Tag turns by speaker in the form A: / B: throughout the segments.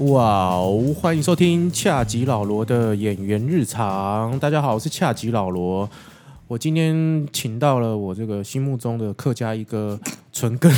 A: 哇哦！欢迎收听恰吉老罗的演员日常。大家好，我是恰吉老罗。我今天请到了我这个心目中的客家一哥 纯根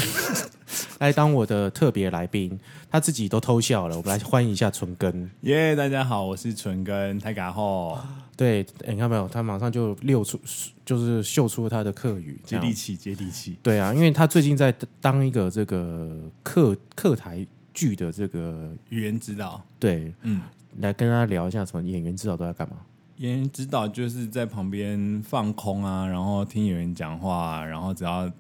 A: 来当我的特别来宾，他自己都偷笑了。我们来欢迎一下纯根。
B: 耶大家好，我是纯根泰嘎吼，
A: 对，诶你看没有？他马上就溜出，就是秀出了他的客语，这
B: 接
A: 样
B: 地气，接地气。
A: 对啊，因为他最近在当一个这个客客台剧的这个
B: 语言指导，
A: 对，
B: 嗯，
A: 来跟他聊一下什么演员指导都在干嘛。
B: 演员指导就是在旁边放空啊，然后听演员讲话、啊然后只要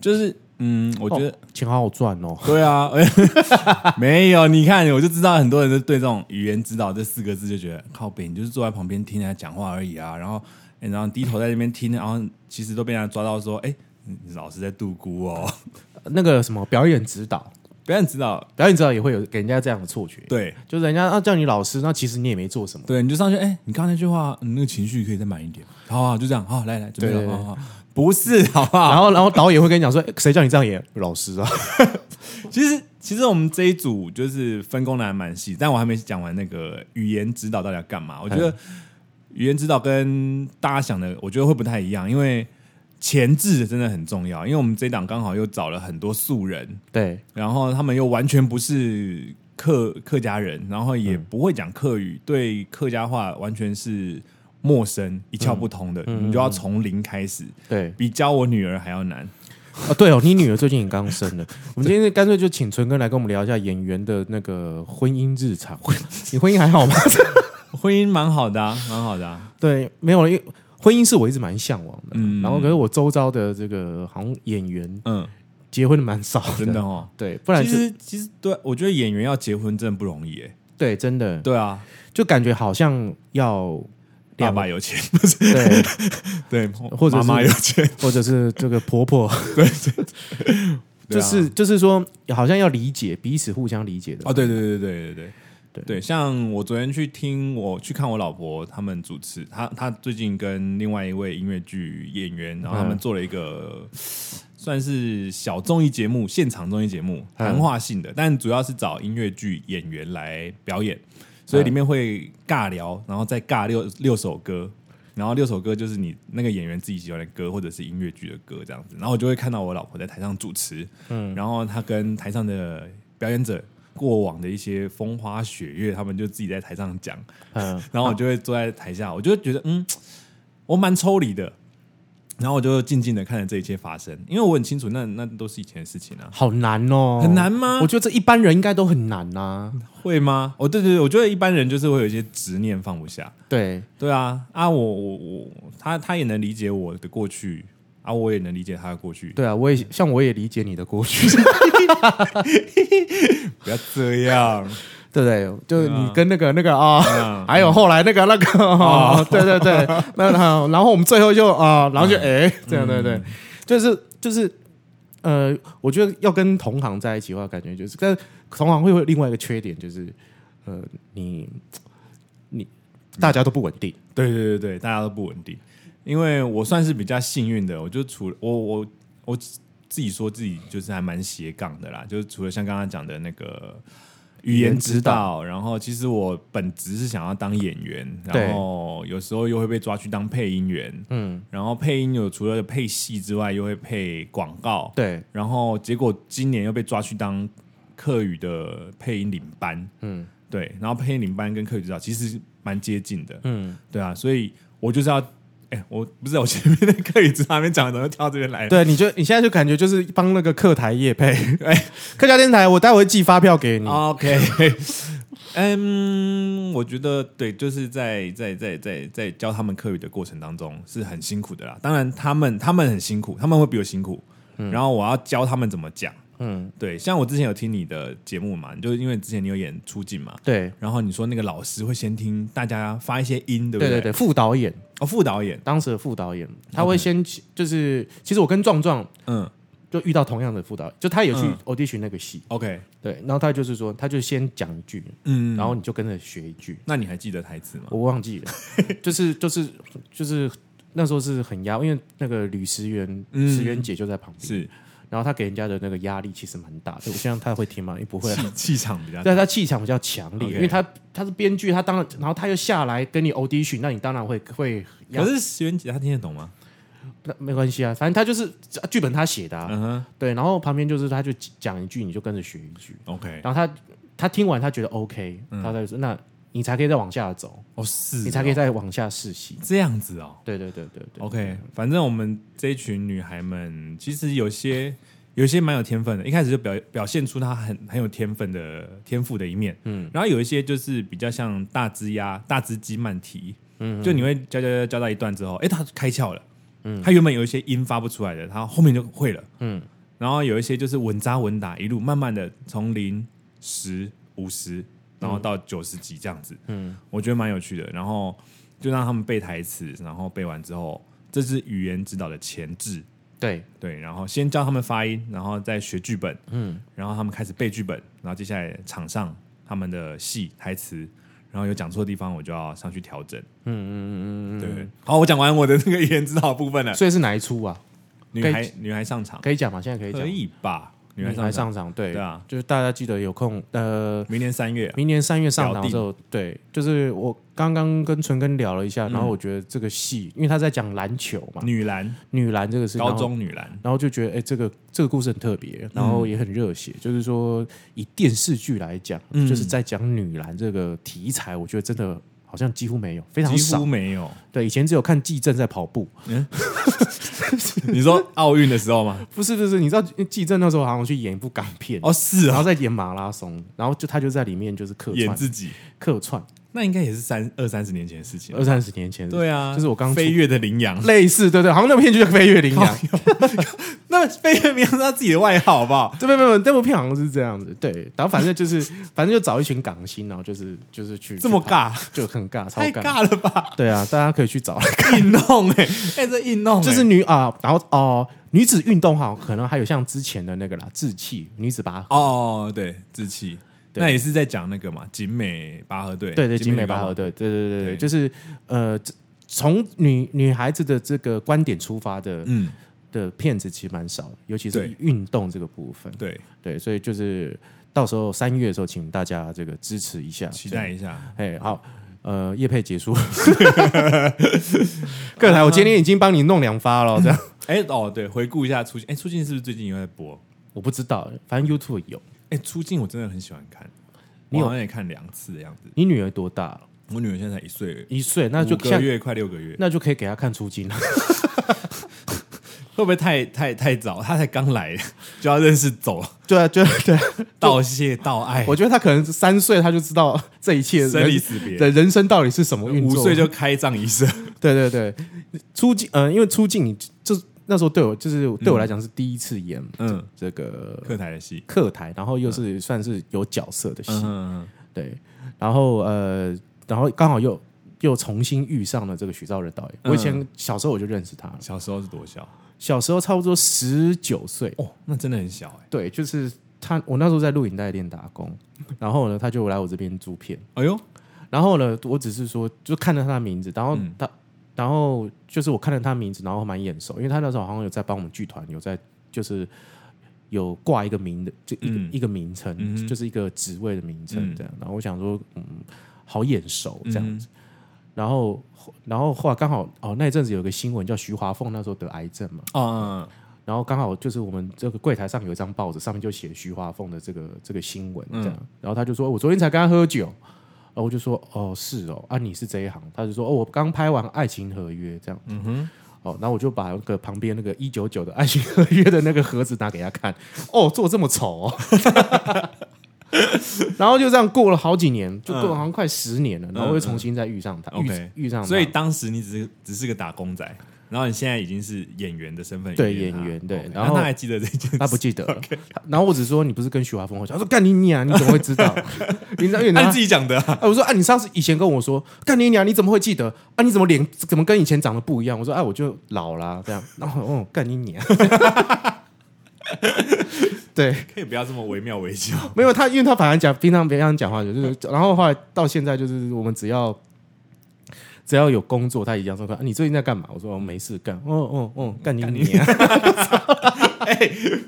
B: 就是嗯，我觉得、
A: 哦钱好好赚哦。
B: 对啊， 哎没有，你看我就知道很多人都对这种语言指导这四个字就觉得靠北，你就是坐在旁边听人家讲话而已啊，然后、哎然后低头在那边听，然后其实都被人家抓到说，哎、你你老是在度孤哦，
A: 那个什么表演指导，
B: 表演指导，
A: 表演指导也会有给人家这样的错觉，，
B: 对。
A: 就是人家啊叫你老师，那其实你也没做什么。
B: 对，你就上去，哎、你刚才那句话，嗯那个情绪可以再满一点，好啊，就这样，好，来来，准备
A: 对
B: 了，好好，好 不是，好不好？
A: 然后，然后导演会跟你讲说，诶谁叫你这样演？老师 啊，
B: 其实，其实我们这一组就是分工的还蛮细，但我还没讲完那个语言指导到底要干嘛。我觉得语言指导跟大家想的，我觉得会不太一样，因为前置真的很重要，因为我们这一档刚好又找了很多素人，
A: 对
B: 然后他们又完全不是客客家人，然后也不会讲客语，对客家话完全是陌生、一窍不通的，你就要从零开始，
A: 对
B: 比教我女儿还要难。
A: 啊，对哦，你女儿最近也刚生了， 我们今天干脆就请纯哥来跟我们聊一下演员的那个婚姻日 常。你婚姻还好吗？
B: 婚姻蛮好的、啊，蛮好的、啊。
A: 对，没有，因为婚姻是我一直蛮向往的，
B: 嗯
A: 然后可是我周遭的这个好像演员
B: 嗯，
A: 结婚的蛮少
B: 真的哦。
A: 对，不然
B: 其
A: 就
B: 实其实对，我觉得演员要结婚真的不容易耶。
A: 对，真的
B: 对啊，
A: 就感觉好像要
B: 爸
A: 两
B: 爸有钱，
A: 对，
B: 对，
A: 或者是
B: 妈妈有钱，
A: 或者是这个婆婆，
B: 对
A: 就
B: 啊
A: 是就是说，好像要理解彼此，互相理解的
B: 哦，对对对对对对
A: 对
B: 对对，像我昨天去听我去看我老婆他们主持，她她最近跟另外一位音乐剧演员，然后他们
A: 嗯
B: 做了一个、算是小综艺节目，现场综艺节目，
A: 嗯
B: 谈话性的，但主要是找音乐剧演员来表演，所以里面会尬聊，然后再尬六六首歌。然后六首歌就是你那个演员自己喜欢的歌，或者是音乐剧的歌这样子。然后我就会看到我老婆在台上主持，嗯，然后她跟台上的表演者过往的一些风花雪月，他们就自己在台上讲，
A: 嗯，
B: 然后我就会坐在台下，我就会觉得嗯，我蛮抽离的。然后我就静静的看着这一切发生，因为我很清楚那那都是以前的事情啊，
A: 好难哦，
B: 很难吗
A: 我觉得这一般人应该都很难啊呐。
B: 会吗？哦，对对对，我觉得一般人就是会有一些执念放不下，
A: 对，
B: 对啊，啊，我我我，他他也能理解我的过去，啊，我也能理解他的过去，
A: 对啊，我也像我也理解你的过去，
B: 不要这样，
A: 对不对？就是
B: 对啊
A: 你跟那个那个啊。
B: 嗯
A: 还有后来那个那个，哦、对对对， 那好，然后我们最后就啊、
B: 嗯
A: 然后就哎、这样对对，就是就是呃，我觉得要跟同行在一起的话，感觉就是，但是同行会有另外一个缺点，就是呃，你你大家都不稳定，
B: 对对对对，大家都不稳定。因为我算是比较幸运的，我就除了我我我自己说自己就是还蛮斜杠的啦，就是除了像刚刚讲的那个语言指导，然后其实我本职是想要当演员，
A: 对
B: 然后有时候又会被抓去当配音员，
A: 嗯，
B: 然后配音有除了配戏之外，又会配广告，
A: 对，
B: 然后结果今年又被抓去当客语的配音领班，
A: 嗯
B: 对，然后配音领班跟客语指导其实蛮接近的，
A: 嗯，
B: 对啊，所以我就是要，哎、我不是我前面的课语子还没讲，怎么跳到这边来了？
A: 对，你就你现在就感觉就是帮那个客台业配，
B: 哎
A: 客家电台，我待会会寄发票给你，
B: ，OK，嗯，我觉得对，就是在在在在在教他们课语的过程当中是很辛苦的啦。当然，他们他们很辛苦，他们会比我辛苦。然后我要教他们怎么讲。
A: 嗯，
B: 对，像我之前有听你的节目嘛，就是因为之前你有演出镜嘛，
A: 对
B: 然后你说那个老师会先听大家发一些音，对不
A: 对对对，
B: 对
A: 副导演，
B: 哦，副导演，
A: 当时的副导演，他会先就是，其实我跟壮壮。
B: 嗯
A: 就遇到同样的辅导，就他也去
B: 嗯
A: audition 那个戏，
B: ，OK，
A: 对，然后他就是说，他就先讲一句，
B: 嗯，
A: 然后你就跟着学一句，
B: 那你还记得台词吗？
A: 我忘记了， 就是就是就是那时候是很压，因为那个吕石原
B: 嗯
A: 石原姐就在旁边，
B: 是，
A: 然后他给人家的那个压力其实蛮大的。我希望他会听吗？也不会啊，
B: 气气场比较
A: 对他气场比较强烈
B: OK
A: 因为他他是编剧，他当然，然后他又下来跟你 audition，那你当然会会压
B: 可是石原姐她听得懂吗？
A: 那没关系啊，反正他就是啊剧本他写的、啊，
B: 嗯哼嗯
A: 对，然后旁边就是他就讲一句，你就跟着学一句，
B: ，OK，
A: 然后他他听完他觉得 OK，、他再说那你才可以再往下走，
B: 哦嗯是哦，
A: 你才可以再往下试戏。
B: 这样子哦。
A: 对对对对对
B: OK，反正我们这一群女孩们，其实有些 有些蛮有天分的，一开始就表表现出她很很有天分的天赋的一面，嗯，然后有一些就是比较像大只鸭、大只鸡慢提，嗯，就你会教教教教到一段之后，哎，她开窍了，嗯，她原本有一些音发不出来的，她后面就会了，嗯
A: 嗯，
B: 然后有一些就是稳扎稳打，一路慢慢的从零、十、五十，然后到九十几这样子，嗯
A: 嗯，
B: 我觉得蛮有趣的，然后。就让他们背台词，然后背完之后，这是语言指导的前置，
A: 对，
B: 对，然后先教他们发音，然后再学剧本，
A: 嗯，
B: 然后他们开始背剧本，然后接下来场上他们的戏台词，然后有讲错的地方，我就要上去调整，嗯嗯嗯嗯，对，好，我讲完我的那个语言指导部分了，
A: 所以是哪一出啊？
B: 女孩女孩上场
A: 可以讲吗？现在可以讲
B: 可
A: 吗。
B: 以吧？女
A: 女
B: 孩
A: 孩
B: 上场，
A: 上场，对
B: 对啊，
A: 就是大家记得有空，呃，
B: 明年三月啊，
A: 明年三月上档的时候，对，就是我刚刚跟纯根聊了一下，然后我觉得这个戏，因为他在讲篮球嘛，
B: 嗯女篮
A: 女篮这个事，
B: 高
A: 然后
B: 中女篮，
A: 然后就觉得，哎、这个这个故事很特别，然后也很热血。就是说，以电视剧来讲，
B: 嗯
A: 就是在讲女篮这个题材，我觉得真的好像几乎没有，非常
B: 几乎
A: 少。
B: 没有。
A: 对，以前只有看季正在跑步，
B: 你说奥运的时候吗？
A: 不是不是，你知道季正那时候好像去演一部港片，
B: 哦，是
A: 然
B: 啊
A: 后，再演马拉松，然后就他就在里面就是客
B: 演
A: 串
B: 自己。
A: 客串
B: 那应该也是三二三十年前的事情了。
A: 二三十年前，
B: 对啊，
A: 就是我刚出
B: 飞跃的羚羊，
A: 类似，对对，好像那部片就叫《飞啊跃羚羊》，
B: 那飞跃羚羊是他自己的外号，好不好？
A: 对，没有没有，那部片好像是这样子，对，然后反正就是，反正就找一群港星，然后就是就是去
B: 这么
A: 去跑
B: 尬，
A: 就很尬，超
B: 太
A: 尬。
B: 尬了吧？
A: 对啊，大家可以去找，
B: 硬弄哎、欸，哎、这硬 弄欸、
A: 就是女啊，然后哦、女子运动哈，可能还有像之前的那个啦，志气女子拔，
B: 哦，对，志气，
A: 对
B: 那也是在讲那个嘛，景美拔河队，
A: 对对，景美拔河，
B: 队，
A: 队，对对对
B: 对
A: 对，就是呃，这从女女孩子的这个观点出发的
B: 嗯，
A: 的片子其实蛮少的，尤其是
B: 对
A: 运动这个部分，
B: 对，
A: 对，所以就是到时候三月的时候，请大家这个支持一下，
B: 期待一下。
A: 哎，好，呃，叶配结 束。各台，我今天已经帮你弄两发了，这样
B: 哎、哦，对，回顾一下出镜，哎、出镜是不是最近又在播？
A: 我不知道，反正 YouTube 有。
B: 哎、出镜我真的很喜欢看，
A: 你
B: 我
A: 有
B: 好像也看两次的样子。
A: 你女儿多大了？
B: 我女儿现在才一岁，
A: 一岁，那就
B: 五个
A: 像
B: 月快六个月，
A: 那就可以给她看出金 了。
B: 会不会太太太早？她才刚来 就要认识走
A: 对啊，对啊对啊，
B: 道谢道爱，
A: 我觉得她可能三岁，她就知道这一切
B: 生 离
A: 人
B: 死别。
A: 的人生到底是什么运
B: 五
A: 作。
B: 岁就开仗一生，
A: 对对对，出镜，嗯、因为出镜，就是那时候对我，就是对我来讲是第一次演
B: 嗯，
A: 这个
B: 客台的戏，
A: 课台，然后又是算是有角色的戏，
B: 嗯，
A: 对，然后呃，然后刚好又又重新遇上了这个许兆仁导演。
B: 嗯
A: 我以前小时候我就认识他了，
B: 小时候是多小？
A: 小时候差不多十九岁，
B: 哦，那真的很小哎、
A: 对，就是他，我那时候在录影带店打工，然后呢，他就来我这边租片，
B: 哎呦，
A: 然后呢，我只是说就看到他的名字，然后
B: 嗯
A: 他，然后就是我看了他的名字，然后蛮眼熟，因为他那时候好像有在帮我们剧团有在就是。有挂一个名的，就一个、
B: 嗯
A: 一个名称，
B: 嗯哼
A: 就是一个职位的名称
B: 嗯
A: 这样。然后我想说，嗯，好眼熟这样子。
B: 子，
A: 然后，然后后来刚好哦，那一阵子有个新闻叫徐华凤那时候得癌症嘛，
B: 啊、
A: 然后刚好就是我们这个柜台上有一张报纸，上面就写徐华凤的这个这个新闻
B: 嗯
A: 这样，然后他就说，我昨天才跟他喝酒，然后我就说，哦是哦，啊你是这一行，他就说，哦我刚拍完《爱情合约》这样，嗯哼。哦，然后我就把那个旁边那个一九九的《爱情合约》的那个盒子拿给他看，哦，做这么丑、哦， 然后就这样过了好几年，就过了好像快十年了，然后我又重新再遇上他，
B: 嗯嗯
A: 遇
B: OK
A: 遇上他，
B: 所以当时你只是只是个打工仔，然后你现在已经是演员的身份，
A: 对
B: 他
A: 演员对
B: OK，
A: 然后
B: 那他还记得这件 事，
A: 他不记得了。他然后我只说你不是跟徐华峰合照，他说干你娘，你怎么会知道？ 你知道因为
B: 他
A: 他
B: 自己讲的、啊，
A: 啊，我说啊，你上次以前跟我说干你娘，你怎么会记得？啊，你怎么脸怎么跟以前长得不一样？我说啊，我就老啦，这样。 然后哦，干你娘。 对，
B: 可以不要这么惟妙惟肖。
A: 没有他，因为他反正讲平常别人讲话就是，然后后来到现在就是我们只要只要有工作，他一样说、啊、你最近在干嘛？我说、哦、没事干，哦哦哦，干你娘。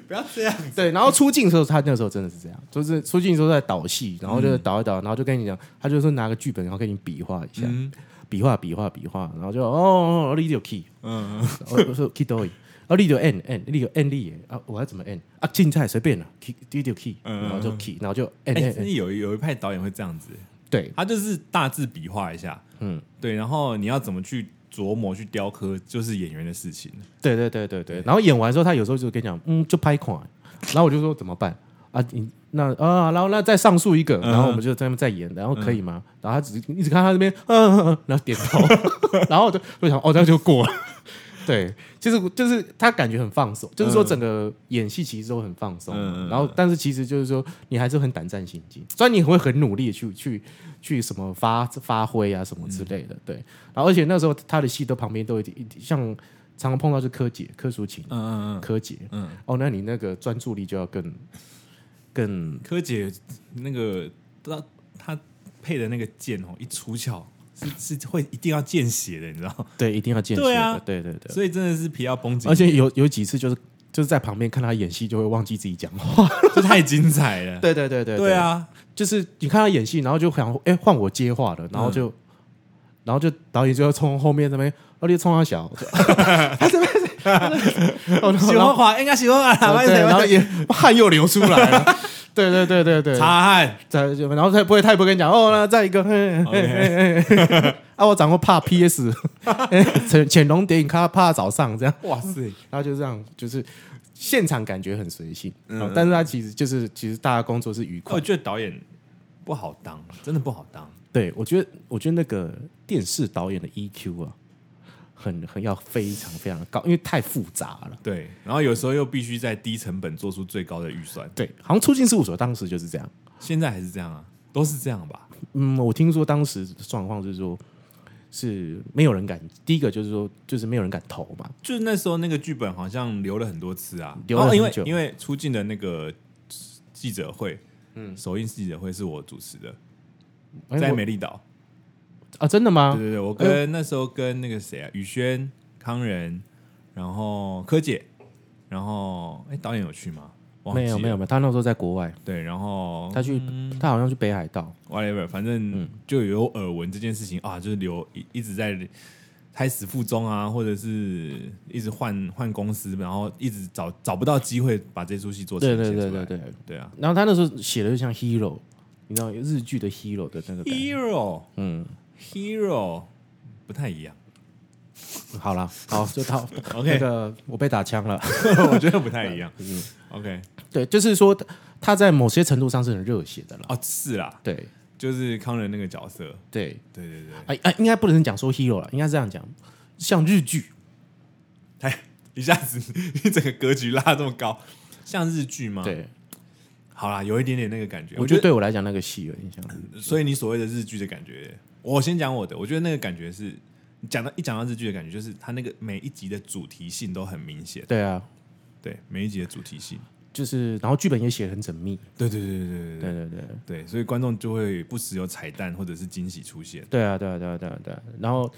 B: 不要这样，
A: 对，然后出镜的时候，他那时候真的是这
B: 嗯
A: 样，就是出镜的时候在导戏，然后就导一导，然后就跟你讲，他就说拿个剧本，然后跟你比划一下，
B: 嗯
A: 比划比划比划，然后就哦，哦你有 key，
B: 嗯，
A: 我我说 key 都有，啊，你有 n n，你有 n 力耶，啊，我要怎么 n 啊？竞赛随便了，key 你有 key，
B: 嗯
A: 然后就 key，然后就 n
B: 哎，
A: n
B: 真的
A: n，
B: 有有一派导演会这样子，
A: 对，
B: 他就是大致比划一下，
A: 嗯，
B: 对，然后你要怎么去琢磨去雕刻，就是演员的事情。
A: 对对对对对。然后演完之后，他有时候就跟你讲，嗯，就拍款。然后我就说怎么办啊？你那啊，然后那再上诉一个，
B: 嗯
A: 然后我们就在那边再演，然后可以吗？然后他只一直看他这边， 嗯嗯嗯，然后点头， 然后我就就想，哦，这样就过了。 对，其实就是他感觉很放松，就是说整个演戏其实都很放松，
B: 嗯嗯嗯
A: 然后但是其实就是说你还是很胆战心惊，虽然你会很努力地去去去什么发发挥啊什么
B: 嗯
A: 之类的，对，然后而且那时候他的戏都旁边都有一点一点像常常碰到是柯姐柯淑琴，
B: 嗯嗯
A: 柯姐，
B: 嗯
A: 哦，那你那个专注力就要更更
B: 嗯，柯姐那个，不知道她配的那个剑哦，一出鞘是是会一定要见血的，你知 道？
A: 对，一定要健身的，
B: 对啊
A: 对对对，
B: 所以真的是皮要绷紧，
A: 而且有有几次就是就是在旁边看他演戏，就会忘记自己讲话，
B: 这太精彩了。
A: 对对对 对
B: 对，啊，
A: 就是你看他演戏，然后就想哎换我接话
B: 嗯
A: 了，然后就、然后就导演就要从后面那边，哦你冲他小， 他这边，
B: 喜
A: 然
B: 欢
A: 后
B: 华应该喜欢啊，
A: 对，然 后也汗又流出来了，对对对对对，
B: 擦汗，
A: 再就然后他也不会，他也不会跟你讲哦，那再一个，嘿嘿嘿嘿嘿 啊，我掌握怕 PS，潜潜龙谍影，他怕早上这样，
B: 哇塞！
A: 然后就这样，就是现场感觉很随性，
B: 嗯
A: 哦但是他其实就是其实大家工作是愉快
B: 我，觉得导演不好当，真的不好当。
A: 对我觉得我觉得那个电视导演的 EQ 啊，很很要非常非常高，因为太复杂了。
B: 对，然后有时候又必须在低成本做出最高的预算，
A: 对，好像出境事务所当时就是这样。
B: 现在还是这样啊，都是这样吧？
A: 嗯，我听说当时的状况是说，是没有人敢。第一个就是说，就是没有人敢投嘛。
B: 就是那时候那个剧本好像留了很多次啊，
A: 留了很
B: 然后
A: 久
B: 因为因为出镜的那个记者会，嗯，首映记者会是我主持的，
A: 哎
B: 在
A: 我
B: 美丽岛。
A: 啊，真的
B: 对
A: 吗？
B: 对对，我跟、那时候跟那个谁啊，宇轩、康仁，然后柯姐，然后哎，导演有去吗？忘记
A: 没有
B: 了嗯
A: 没有没有，他那时候在国外，
B: 对，然后
A: 他去、他好像去北海道，
B: whatever，反
A: 嗯
B: 正就有耳闻这件事情啊，就是留一一直在胎死腹中啊，或者是一直换换公司，然后一直找找不到机会把这出戏做成。
A: 对对对
B: 写出来
A: 对对。
B: 对啊
A: 然后他那时候写的就像 hero，你知道日剧的 hero 的那个感觉。
B: ，hero
A: 嗯，
B: hero 不太一样
A: 好啦，好 就到
B: OK
A: 那个我被打枪了。
B: 我觉得不太一样。OK，
A: 嗯对，就是说他他在某些程度上是很热血的啦。
B: 哦，是啦，
A: 对
B: 就是康仁那个角色，
A: 对，
B: 对对对，
A: 哎哎，应该不能讲说 hero 了，应该这样讲，像日剧，
B: 哎，一下子 你整个格局拉这么高，像日剧吗？，
A: 对
B: 好啦，有一点点那个感觉，
A: 我
B: 啊我
A: 觉
B: 觉
A: 得
B: 得。
A: 对我来讲那个戏有印象。
B: 所以你所谓的日剧的感觉，我先讲我的，我觉得那个感觉是，你讲到一讲到日剧的感觉，就是它那个每一集的主题性都很明显，
A: 对啊，
B: 对，每一集的主题性，
A: 就是然后剧本也写的很缜密。
B: 对对对对对
A: 对
B: 对
A: 对对。
B: 对所以观众就会不时有彩蛋或者是惊喜出现，
A: 对啊，对啊，对啊，对啊，对啊。然后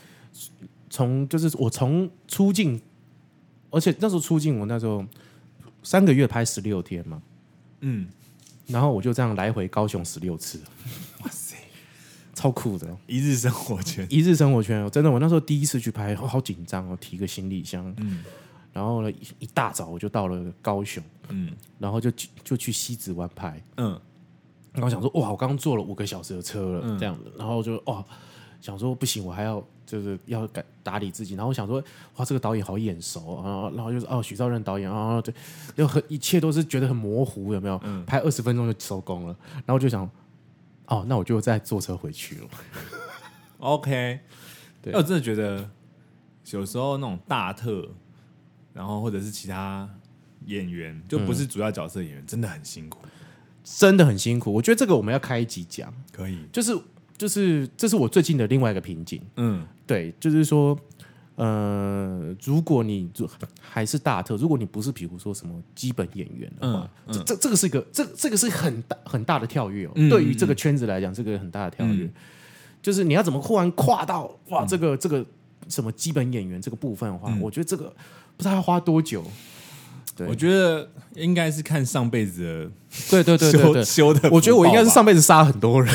A: 从就是我从出境，而且那时候出境，我那时候三个月拍十六天嘛，
B: 嗯，
A: 然后我就这样来回高雄十六次，
B: 哇塞，
A: 超酷的。
B: 一日生活 圈，
A: 一日生活圈，真的，我那时候第一次去拍，哦、好紧张哦，提个行李箱，
B: 嗯
A: 然后呢，一一大早我就到了高雄，
B: 嗯
A: 然后就去就去西子湾拍，
B: 嗯
A: 然后想说，哇，我刚坐了五个小时的车了，
B: 嗯
A: 这样子，然后就哦，想说不行，我还要就是要改打理自己，然后我想说，哇，这个导演好眼熟啊，然后就是哦，许兆任导演啊，对，就很一切都是觉得很模糊，有没有？
B: 嗯
A: 拍二十分钟就收工了，然后就想，哦，那我就再坐车回去了。
B: ，OK，
A: 对
B: 哎我真的觉得有时候那种大特，然后或者是其他演员，就不是主要角色演员，真的很辛苦，
A: 真的很辛苦，我觉得这个我们要开一集讲，
B: 可以，
A: 就是就是这是我最近的另外一个瓶颈，
B: 嗯
A: 对，就是说，呃，如果你就还是大特，如果你不是比如说什么基本演员的话，
B: 嗯
A: 这
B: 嗯
A: 这这个是一个这这个是很大很大的跳跃、哦，
B: 嗯
A: 对于
B: 嗯
A: 这个圈子来讲，这个很大的跳跃，
B: 嗯
A: 就是你要怎么忽然跨到哇，这个
B: 嗯
A: 这个什么基本演员这个部分的话，我觉得这个不知道要花多久。对
B: 我觉得应该是看上辈子
A: 对对对
B: 的
A: 对对
B: 修，修的福报吧，
A: 我觉得我应该是上辈子杀了很 多人，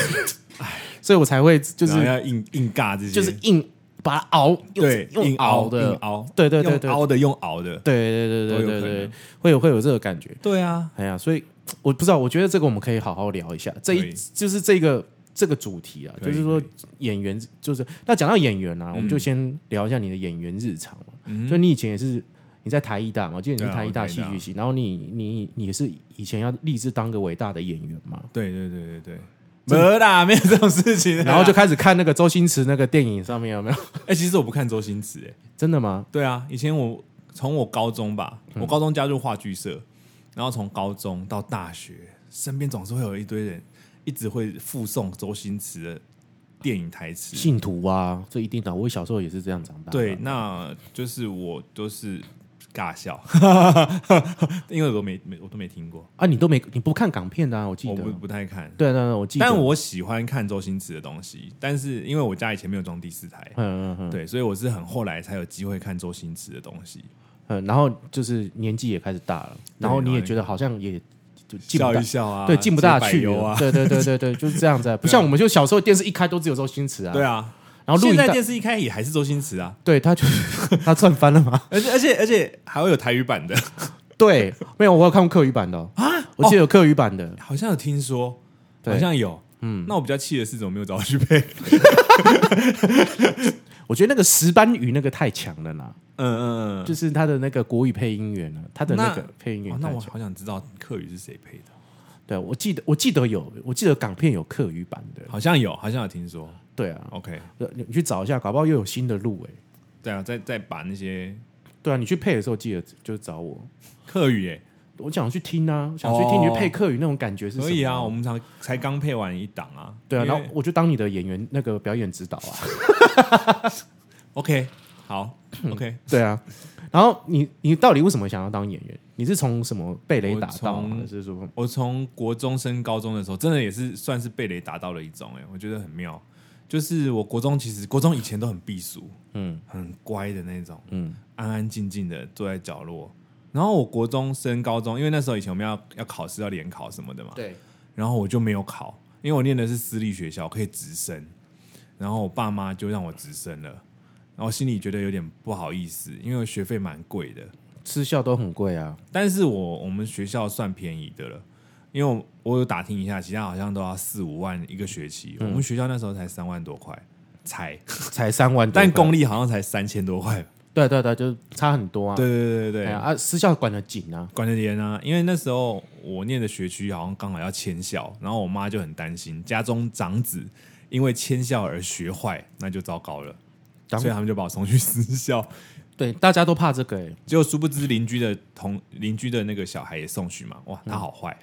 A: 所以我才会就
B: 然后
A: 是
B: 要硬硬尬这些，
A: 就是硬把它熬，用
B: 对
A: 用
B: 硬
A: 熬
B: 硬
A: 的，
B: 熬，
A: 对对对对
B: 用熬的用熬的，
A: 对对对
B: 都有
A: 对对
B: 可能
A: 对，会有会有这个感觉。
B: 对啊，
A: 哎呀，所以我不知道，我觉得这个我们可以好好聊一下。这
B: 可
A: 一
B: 以
A: 就是这个这个主题啊，
B: 可以
A: 就是说
B: 可以
A: 演员，就是那讲到演员啊，我们就先聊一下你的演员日常嘛。就你以前也是你在台艺大嘛，我记得你
B: 对
A: 是
B: 啊
A: 台艺大
B: 我台艺
A: 戏
B: 大
A: 剧系，然后你你你也是以前要立志当个伟大的演员嘛，
B: 对对对对对，没啦，没有这种事情啦，
A: 然后就开始看那个周星驰那个电影上面有没有？
B: 哎，其实我不看周星驰，哎，
A: 真的吗？
B: 对啊，以前我从我高中吧，
A: 嗯
B: 我高中加入话剧社，然后从高中到大学，身边总是会有一堆人一直会附送周星驰的电影台词。
A: 信徒啊，这一定的。我小时候也是这样长大的。
B: 对，那就是我都是尬 笑，因为我都没没我都没听过，
A: 啊，你都没你不看港片的啊，我记
B: 我
A: 得。
B: 不不太看。
A: 对对对，我记得。
B: 但我喜欢看周星驰的东西，但是因为我家以前没有装第四台，
A: 嗯嗯嗯
B: 对，所以我是很后来才有机会看周星驰的东西。
A: 嗯，然后就是年纪也开始大了，然后你也觉得好像也就进不
B: 笑
A: 大
B: 一，笑啊，
A: 对，进不大
B: 解百
A: 去
B: 忧
A: 了
B: 啊，
A: 对对对对对，就是这样 子啊，不像我们就小时候电视一开都只有周星驰啊，
B: 对，啊，
A: 然后录
B: 现
A: 影
B: 在
A: 带，
B: 电视一开也还是周星驰 啊，
A: 对，他就他赚翻了 嘛，
B: 而且而且而且还会有台语版的，
A: 对，没有，我有看过客语版的啊，我记得有客语版的，
B: 好像有听说，
A: 对
B: 好像有。嗯，那我比较气的是怎么没有找我去配？
A: 我觉得那个石斑鱼那个太强了啦，
B: 嗯嗯
A: 就是他的那个国语配音员啊，他的那个
B: 那
A: 配音
B: 嗯。哦
A: 员
B: 那
A: 太
B: 我
A: 强，
B: 好想知道客语是谁配的，
A: 对我记得我记得有，我记得港片有客语版的，
B: 好像有，好像有听说。
A: 对啊，
B: OK，
A: 你你去找一下，搞不好又有新的路哎、
B: 对啊，再再把那些
A: 对啊，你去配的时候记得就找我。
B: 客语耶，
A: 我想去听啊，想去听你去配客语那种感觉是什么
B: 哦可以啊，我们才才刚配完一档啊。
A: 对啊，
B: 因为
A: 然后我就当你的演员那个表演指导啊，
B: OK，好 OK，
A: 对啊。然后你你到底为什么想要当演员？你是从什么被雷打到
B: 我
A: 吗，
B: 从
A: 还是说
B: 我从国中升高中的时候，真的也是算是被雷打到了一种、欸，哎，我觉得很妙。就是我国中其实国中以前都很避俗，
A: 嗯
B: 很乖的那种，
A: 嗯
B: 安安静静的坐在角落。然后我国中升高中，因为那时候以前我们要要考试要联考什么的嘛，
A: 对
B: 然后我就没有考，因为我念的是私立学校，可以直升。然后我爸妈就让我直升了，然后心里觉得有点不好意思，因为我学费蛮贵的。
A: 私校都很贵啊？
B: 但是我我们学校算便宜的了，因为我我有打听一下，其他好像都要四五万一个学期，我们学校那时候才三万多块，才，
A: 才三嗯万多块，
B: 但公立好像才三千多块吧。
A: 对啊对对，就是差很多啊。
B: 对对对对
A: 哎呀
B: 对，
A: 啊，私校管得紧啊。
B: 管得严啊！因为那时候我念的学区好像刚好要迁校，然后我妈就很担心，家中长子因为迁校而学坏，那就糟糕了，
A: 长
B: 所以他们就把我送去私校。
A: 对，大家都怕这个哎，
B: 结果殊不知邻居的同邻居的那个小孩也送去嘛，哇，他好坏，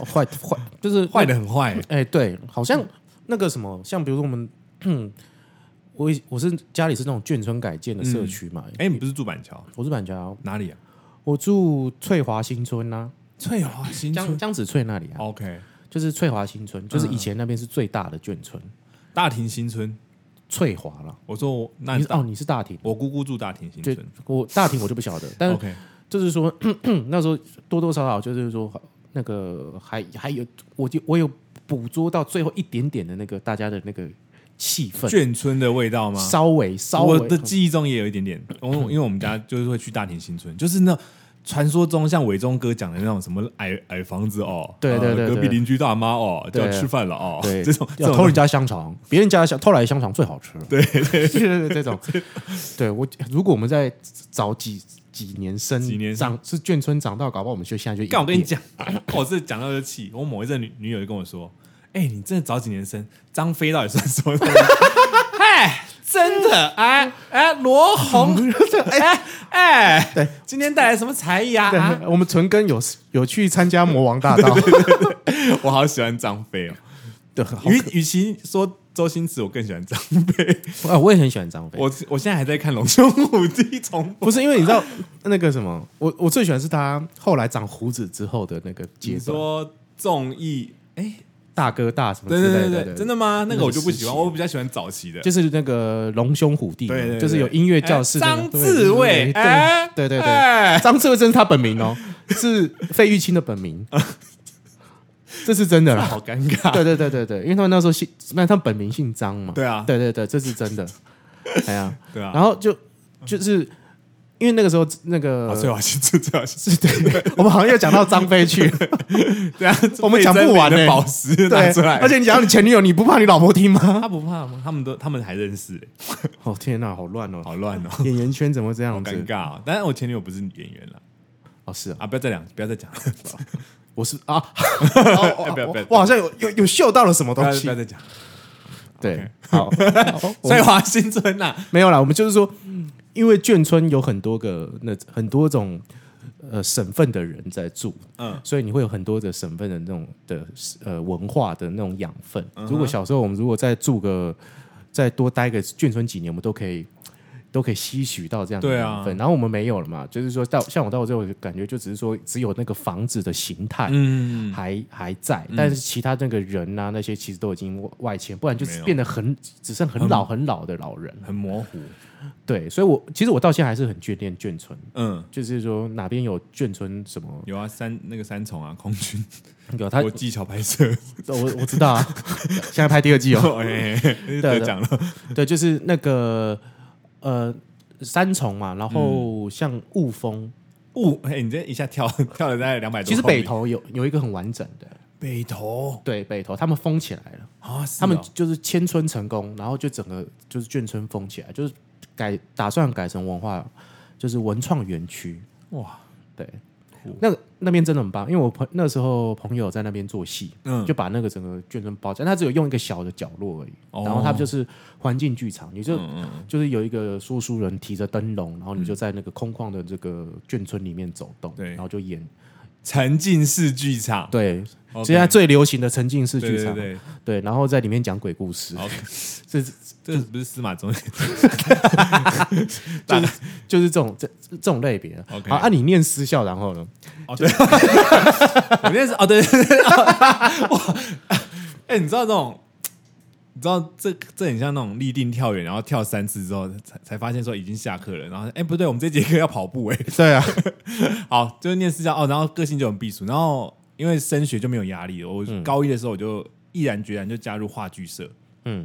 A: 哦坏 坏就是
B: 坏的很坏、欸
A: 哎、对，好像那个什么，像比如说我们，我以我是家里是那种眷村改建的社区嘛，
B: 哎、你不是住板桥
A: 我是板桥，
B: 哪里啊？
A: 我住翠华新村呐、
B: 翠华新
A: 江
B: 村哦嗯
A: 江子翠那里啊，
B: ，OK，
A: 就是翠华新村，就是以前那边是最大的眷村，
B: 大亭新村。
A: 翠华了。
B: 我说我那
A: 你是哦，你是大庭，
B: 我姑姑住大亭新
A: 就
B: 村
A: 我大庭我就不 晓得，但是
B: ，OK，
A: 就是说那时候多多少少就是说那个还还有，我就我有捕捉到最后一点点的那个大家的那个气氛，
B: 眷村的味道吗？
A: 稍微稍微
B: 我的记忆中也有一点点， 我因为我们家就是会去大田新村，就是那传说中像伟忠哥讲的那种什么矮矮房子哦，
A: 对对
B: 呃
A: 对对
B: 隔壁邻居大妈哦，就
A: 对
B: 要吃饭了哦，
A: 对，
B: 这种这
A: 要
B: 种
A: 偷人家香肠，别人家的香偷来的香肠最好吃。对 对对，这种，对我如果我们在早几几年生
B: 几年生
A: 长是眷村长大，搞不好我们就现在就
B: 干，我跟你
A: 演
B: 讲， 我是讲到这气。我某一阵女女友就跟我说：“哎、你真的早几年生，张飞到底算什么东西？” 嗨，真的哎哎，罗 红哎哎，对，今天带来什么才艺啊？啊
A: 对，我们纯根有有去参加魔王大道，
B: 我好喜欢张飞哦。
A: 对，好
B: 与与其说周星驰，我更喜欢张飞。
A: 啊，我也很喜欢张飞。
B: 我我现在还在看《龙兄虎弟》重播。
A: 不是因为你知道那个什么，我我最喜欢是他后来长胡子之后的那个阶
B: 你
A: 段，
B: 说综艺哎，
A: 大哥大什么之类
B: 对对
A: 的，
B: 对对对，真的吗？那个我就不
A: 那个时
B: 喜
A: 期
B: 欢，我比较喜欢早期的。
A: 就是那个龙兄虎弟嘛，
B: 对对对
A: 就是有音乐教室的那个、
B: 哎张志
A: 对
B: 伟，哎，
A: 对对对对，
B: 哎
A: 张志伟真是他本名哦，是费玉清的本名，这是真的啦。
B: 好尴尬。
A: 对对对对对，因为他们那时候姓，那他们本名姓张嘛。
B: 对啊，
A: 对对对，这是真的。哎呀，
B: 对啊。
A: 然后就就是因为那个时候那个
B: 啊，最好是最最好是
A: 是 对，我们好像又讲到张飞去了，
B: 对啊，
A: 我们讲不完呢
B: 倍增的宝石 拿
A: 对
B: 出，来，
A: 而且你讲到你前女友，你不怕你老婆听吗？
B: 他不怕吗？他们都他们还认识嘞，欸
A: 哦天哪，好乱哦，
B: 好乱哦，
A: 演员圈怎么会这样
B: 好尴
A: 子？
B: 尬哦。但是我前女友不是演员啦，
A: 哦是啊，
B: 啊，不要再讲，不要再讲，不
A: 我是啊， 哦
B: 要不要不要
A: 我我好像有有有嗅到了什么
B: 要
A: 东
B: 不
A: 西
B: 要，再讲。
A: 对，好，
B: 所以华新村啊呐，
A: 没有啦，我们就是说，因为眷村有很多个那很多种呃省份的人在住，
B: 嗯
A: 所以你会有很多的省份的那种的呃文化的那种养分。
B: 嗯哼
A: 如果小时候我们如果再住个再多待个眷村几年，我们都可以。都可以吸取到这样的
B: 对啊
A: 养分，然后我们没有了嘛，就是说到像我到最后感觉就只是说只有那个房子的形态，
B: 嗯，
A: 还还在，但是其他那个人啊，那些其实都已经外外迁，不然就
B: 没
A: 是
B: 有
A: 变得很只剩很老很老的老人。
B: 很模糊，
A: 对，所以我其实我到现在还是很眷恋眷村，
B: 嗯，
A: 就是说哪边有眷村什么
B: 有啊，三那个三重啊，空军
A: 有他，我
B: 国际桥拍摄，
A: 我我知道啊， 现在拍第二 季哦，
B: 哎，
A: 对
B: 得奖了，
A: 对，就是那个呃三重嘛，然
B: 嗯
A: 后像雾峰，
B: 雾，哎，你这一下跳 跳了大概两百多公里，
A: 其实北投有有一个很完整的，
B: 北投
A: 对北投他们封起来了。
B: 啊，是哦
A: 他们就是迁村成功，然后就整个就是眷村封起来，就是改打算改成文化，就是文创园区。
B: 哦哇，
A: 对
B: 酷，
A: 那个那边真的很棒，因为我朋那时候朋友在那边做戏，
B: 嗯
A: 就把那个整个眷村包起来，他只有用一个小的角落而已。
B: 哦
A: 然后他就是环境剧场，你就、
B: 嗯嗯嗯
A: 就是有一个说书人提着灯笼，然后你就在那个空旷的这个眷村里面走动，
B: 对
A: 然后就演
B: 沉浸式剧场，
A: 对。
B: OK
A: 现在最流行的沉浸式
B: 对
A: 剧
B: 对
A: 场，
B: 对
A: 对，然后在里面讲鬼故事，
B: ，OK，
A: 这
B: 这不是司马中
A: 就是这种这这种类别。
B: OK
A: 好，啊，你念私校，然后呢？
B: 哦，对，我认识哦，对 对对，哇，哎、你知道这种，你知道这这很像那种立定跳远，然后跳三次之后才才发现说已经下课了，然后哎、不对，我们这节课要跑步哎、
A: 对啊，
B: 好，就是念私校哦，然后个性就很避暑，然后因为升学就没有压力了，我高一的时候我就毅然决然就加入话剧社，
A: 嗯，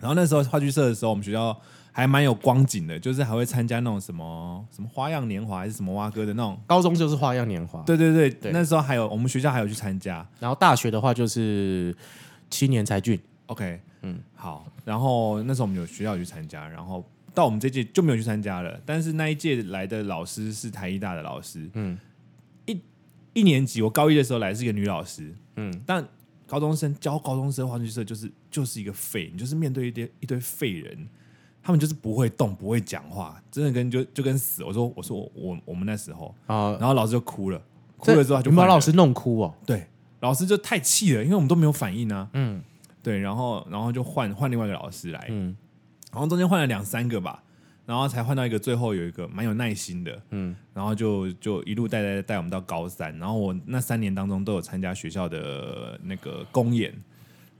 B: 然后那时候话剧社的时候，我们学校还蛮有光景的，就是还会参加那种什么什么花样年华还是什么蛙哥的那种。
A: 高中就是花样年华，，
B: 对对对，
A: 对
B: 那时候还有我们学校还有去参加，
A: 然后大学的话就是青年才俊，
B: OK，嗯，好。然后那时候我们有学校有去参加，然后到我们这届就没有去参加了。但是那一届来的老师是台医大的老师，嗯，一一年级我高一的时候来是一个女老师，
A: 嗯
B: 嗯，但高中生教高中生话剧社就是就是一个废，你就是面对一堆一堆废人。他们就是不会动，不会讲话，真的跟就就跟死。我说我说我我我们那时候，
A: 啊，
B: 然后老师就哭了，哭
A: 这
B: 了之后他就
A: 你把
B: 换人
A: 老师弄哭哦，
B: 对老师就太气了，因为我们都没有反应啊，
A: 嗯
B: 对，然后然后就换换另外一个老师来，
A: 嗯
B: 然后中间换了两三个吧，然后才换到一个最后有一个蛮有耐心的，
A: 嗯，
B: 然后就就一路带带带我们到高三，然后我那三年当中都有参加学校的那个公演，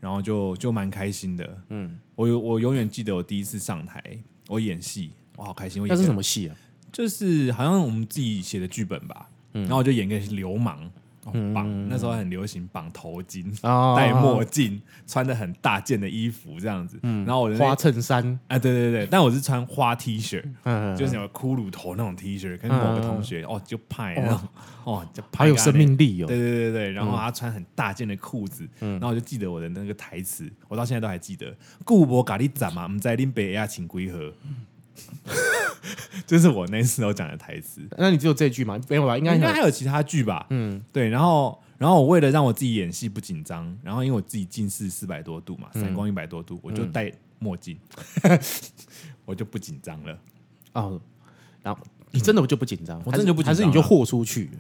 B: 然后就就蛮开心的，
A: 嗯，
B: 我有我永远记得我第一次上台，我演戏，我好开心，我演
A: 那是什
B: 么？
A: 么戏啊？
B: 就是好像我们自己写的剧本吧，
A: 嗯
B: 然后我就演个流氓。哦绑、那时候很流行绑头巾，
A: 哦
B: 戴墨镜，穿的很大件的衣服这样子。然后我的那
A: 嗯哦花衬衫，
B: 啊，对对对，但我是穿花 T 恤，
A: 嗯，
B: 就是有骷髅头那种 T 恤，跟某个同学哦就派那种哦就派
A: 好有生命力
B: 对
A: 哦，
B: 对对对，然后他穿很大件的裤子，然后我就记得我的那个台词，我到现在都还记得。顾博咖喱斩嘛，我们在林北亚请归和，这是我那时候讲的台词。
A: 那你只有这句吗？没有吧？应该
B: 应该
A: 有，
B: 还有其他剧吧？
A: 嗯
B: 嗯，对。然后，然后我为了让我自己演戏不紧张，然后因为我自己近视四百多度嘛，散光一百多度，我就戴墨镜，我就不紧张了。
A: 哦，然后你真的就不紧张，
B: 我真的就不紧张
A: 还
B: 啊
A: 是还是你就豁出去，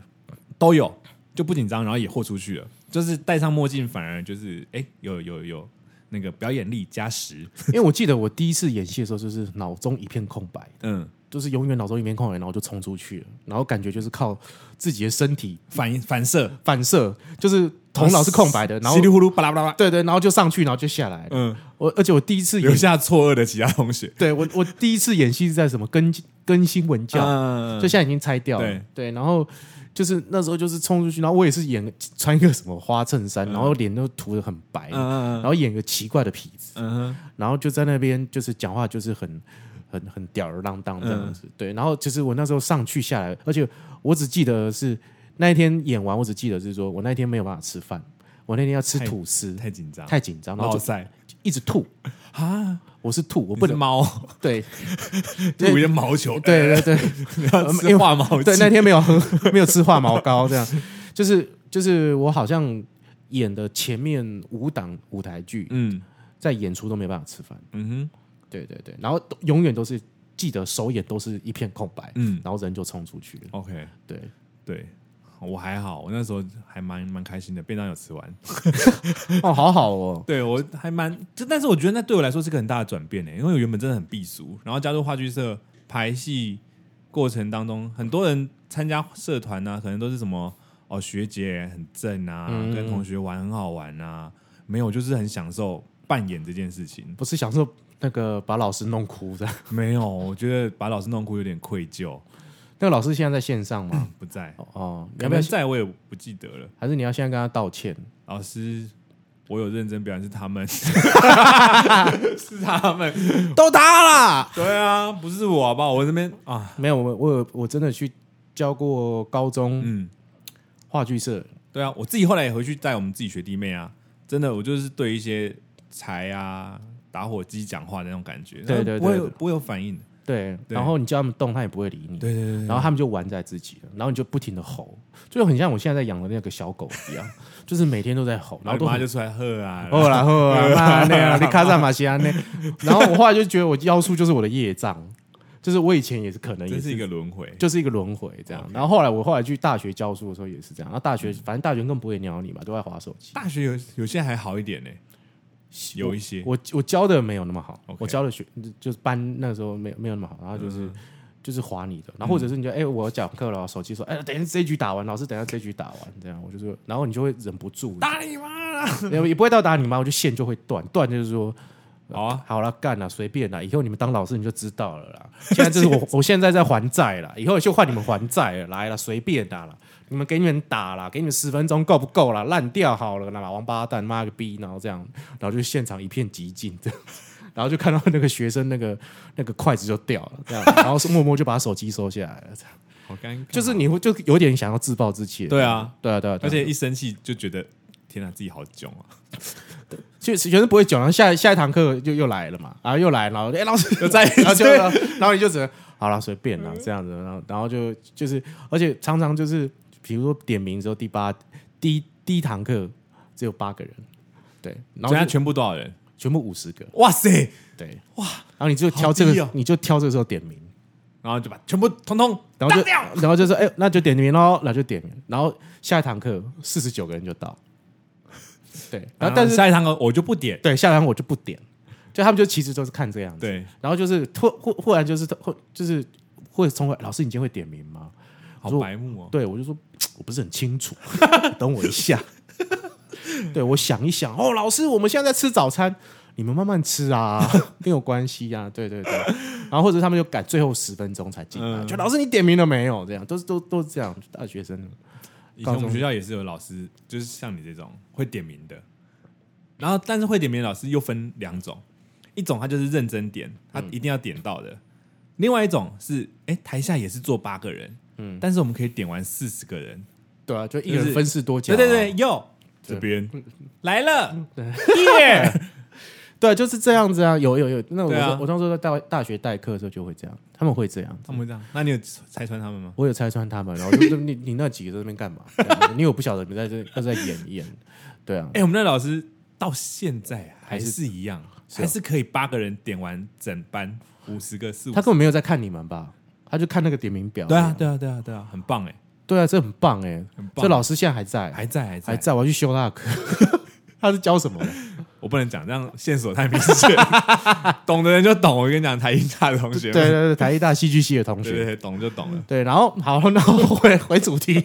B: 都有就不紧张，然后也豁出去了。就是戴上墨镜，反而就是哎，有有有那个表演力加十。
A: 因为我记得我第一次演戏的时候，就是脑中一片空白，
B: 嗯，
A: 就是永远脑中一片空白，然后就冲出去了，然后感觉就是靠自己的身体
B: 反反射，
A: 反射，就是头脑是空白的，然后
B: 稀里糊涂巴拉巴拉，
A: 对对，然后就上去，然后就下来。
B: 哦嗯，
A: 我而且我第一次
B: 留
A: 演，
B: 下错愕的其他同学。
A: 对我我第一次演戏是在什么跟跟新闻教，
B: 嗯
A: 就现在已经拆掉了。
B: 对
A: 然后就是那时候就是冲出去，然后我也是演穿一个什么花衬衫，然后脸都涂的很白，
B: 嗯
A: 然后演个奇怪的痞子，
B: 嗯
A: 然后就在那边就是讲话就是很很很吊儿郎当这样子。
B: 嗯
A: 对，然后其实我那时候上去下来，而且我只记得是那一天演完，我只记得是说我那一天没有办法吃饭，我那天要吃
B: 太
A: 吐司，
B: 太紧张，
A: 太紧张，然后
B: 落
A: 就
B: 塞
A: 一直吐，
B: 啊！
A: 我是吐，我
B: 我
A: 不
B: 不能
A: 能
B: 猫，
A: 对对
B: 吐一个毛球，
A: 对对对。嗯
B: 你要
A: 因为
B: 吃化毛剂
A: 对，那天没有 喝，没有吃化毛膏，这样就是就是我好像演的前面五档舞台剧，
B: 嗯
A: 在演出都没办法吃饭，
B: 嗯哼，
A: 对对对，然后都永远都是记得首演都是一片空白，
B: 嗯
A: 然后人就冲出去了，
B: ，OK，
A: 对，
B: 对我还好，我那时候还蛮蛮开心的，便当有吃完。
A: 哦，好好哦，
B: 对我还蛮，就但是我觉得那对我来说是个很大的转变欸呢，因为我原本真的很避俗，然后加入话剧社排戏过程当中，很多人参加社团呢、可能都是什么哦学姐很正啊，
A: 嗯
B: 跟同学玩很好玩啊，没有，我就是很享受扮演这件事情。
A: 不是享受那个把老师弄哭的，
B: 没有，我觉得把老师弄哭有点愧疚，
A: 那个老师现在在线上吗？
B: 不在，
A: 哦，你
B: 有
A: 要
B: 没
A: 不要
B: 有？在我也不记得了。
A: 还是你要现在跟他道歉？
B: 老师，我有认真表演，是 他们， 是他们，
A: 都他啦，
B: 对啊，不是我好不好？我这边啊，
A: 没有，我我有我真的去教过高中
B: 嗯，
A: 话剧社，
B: 对啊，我自己后来也回去带我们自己学弟妹啊，真的，我就是对一些柴啊、打火机讲话的那种感觉，
A: 对对对
B: 不会有
A: 对
B: 不会有反应的，
A: 对，
B: 对
A: 然后你叫他们动，他也不会理你。
B: 对对对
A: 然后他们就玩在自己了，然后你就不停的吼，就很像我现在在养的那个小狗一样， 就是每天都在吼，然
B: 然
A: 后
B: 后
A: 都
B: 妈
A: 很
B: 就出来喝 啊，
A: 吼啦吼 啦，妈那样，你卡萨马西安那，然后我后来就觉得我妖术就是我的业障，就是我以前也是可能也
B: 真是
A: 是
B: 一个轮回，
A: 就是一个轮回这样。然后后来我后来去大学教书的时候也是这样，那大学反正大学更不会鸟你嘛，都在划手机。
B: 大学有有些还好一点呢、有一些
A: 我我教的没有那么好
B: OK 嗯
A: 我教的学就是班那时候没有没有那么好，然后就是、就是划你的，然后或者是你就哎、我要讲课了，手机说哎、等一下这一局打完，老师等一下这一局打完，这样我就说，然后你就会忍不住，
B: 打你妈啦！
A: 也也不会到打你妈，我就线就会断，断就是说
B: 好啊，
A: 好了干了随便啦，以后你们当老师你就知道了 啦，现在就是我我现在在还债啦，以后就换你们还债了，来了随便打啦，你们给你们打啦，给你们十分钟够不够啦？烂掉好了啦，王八蛋，妈个逼，然后这样，然后就现场一片寂静这样。 然后就看到那个学生那个那个筷子就掉了， 这样，然后是默默就把手机收下来了，这样，
B: 好尴尬，
A: 就是你会就有点想要自暴自弃的，
B: 对啊，
A: 对啊，对啊，对啊
B: 而且一生气就觉得天哪、自己好囧啊，
A: 其实学生不会讲，然后下下一堂课就又来了嘛，然后又来，然后哎、老师
B: 又再一 次
A: 然后就然后你就只能好了随便啦这样子，然后然后就就是，而且常常就是比如说点名之后第八第一第一堂课只有八个人，对，然
B: 人家
A: 后就
B: 全部多少人？
A: 全部五十个，
B: 哇塞！
A: 对，哇，然后你就挑这
B: 好低
A: 个、
B: 哦
A: 你就挑这个时候点名，
B: 然后就把全部通通
A: 然后就
B: 打掉
A: 然后就说哎、那就点名喽，那就点名，然后下一堂课四十九个人就到，对，然后但是、
B: 啊下一堂课我就不点，
A: 对下一堂我就不点，就他们就其实都是看这样子。
B: 对，
A: 然后就是突忽忽然就是会就是会从老师，你今天会点名吗？
B: 好
A: 说
B: 白目哦。
A: 对我就说我不是很清楚， 等我一下。对我想一想，哦，老师，我们现在在吃早餐，你们慢慢吃啊， 没有关系呀、啊，对对对。然后或者他们就赶最后十分钟才进来，
B: 嗯
A: 就老师你点名了没有？这样都是都都是这样，大学生
B: 以前我
A: 高
B: 们
A: 中
B: 学校也是有老师，就是像你这种会点名的，然后但是会点名的老师又分两种，一种他就是认真点，他一定要点到的；另外一种是，哎，台下也是坐八个人，嗯，但是我们可以点完四十个人，
A: 对啊，就一
B: 就
A: 个
B: 是
A: 人分饰多角、
B: 对对对，，嗯右
A: 对
B: 这边来 了，耶，
A: 对，就是这样子啊，有有有。那我、
B: 对啊
A: 我那时候在大大学代课的时候就会这样，他们会这样。
B: 他们会这样，那你有拆穿他们吗？
A: 我有拆穿他们，然后就 你你那几个在那边干嘛？ 这样子因为我不晓得你们在这要在演演，对啊，
B: 哎，我们那老师到现在还
A: 还是
B: 是一样，
A: 是哦
B: 还是可以八个人点完整班五十个四五
A: 他根本没有在看你们吧？他就看那个点名表。
B: 对啊，对啊，对啊，对啊，很棒哎，
A: 对啊，这很棒哎、
B: 很棒。
A: 这老师现在还在，
B: 还在，还在，
A: 还在，我要去修他的课。他是教什么的？
B: 我我不能讲，这样线索太明显。懂的人就懂，我跟你讲，台音大的同学
A: 对
B: 们，
A: 对对，台艺大戏剧系的同
B: 对对
A: 学。
B: 对，懂就懂了。
A: 对，然后好，那我回回主 题。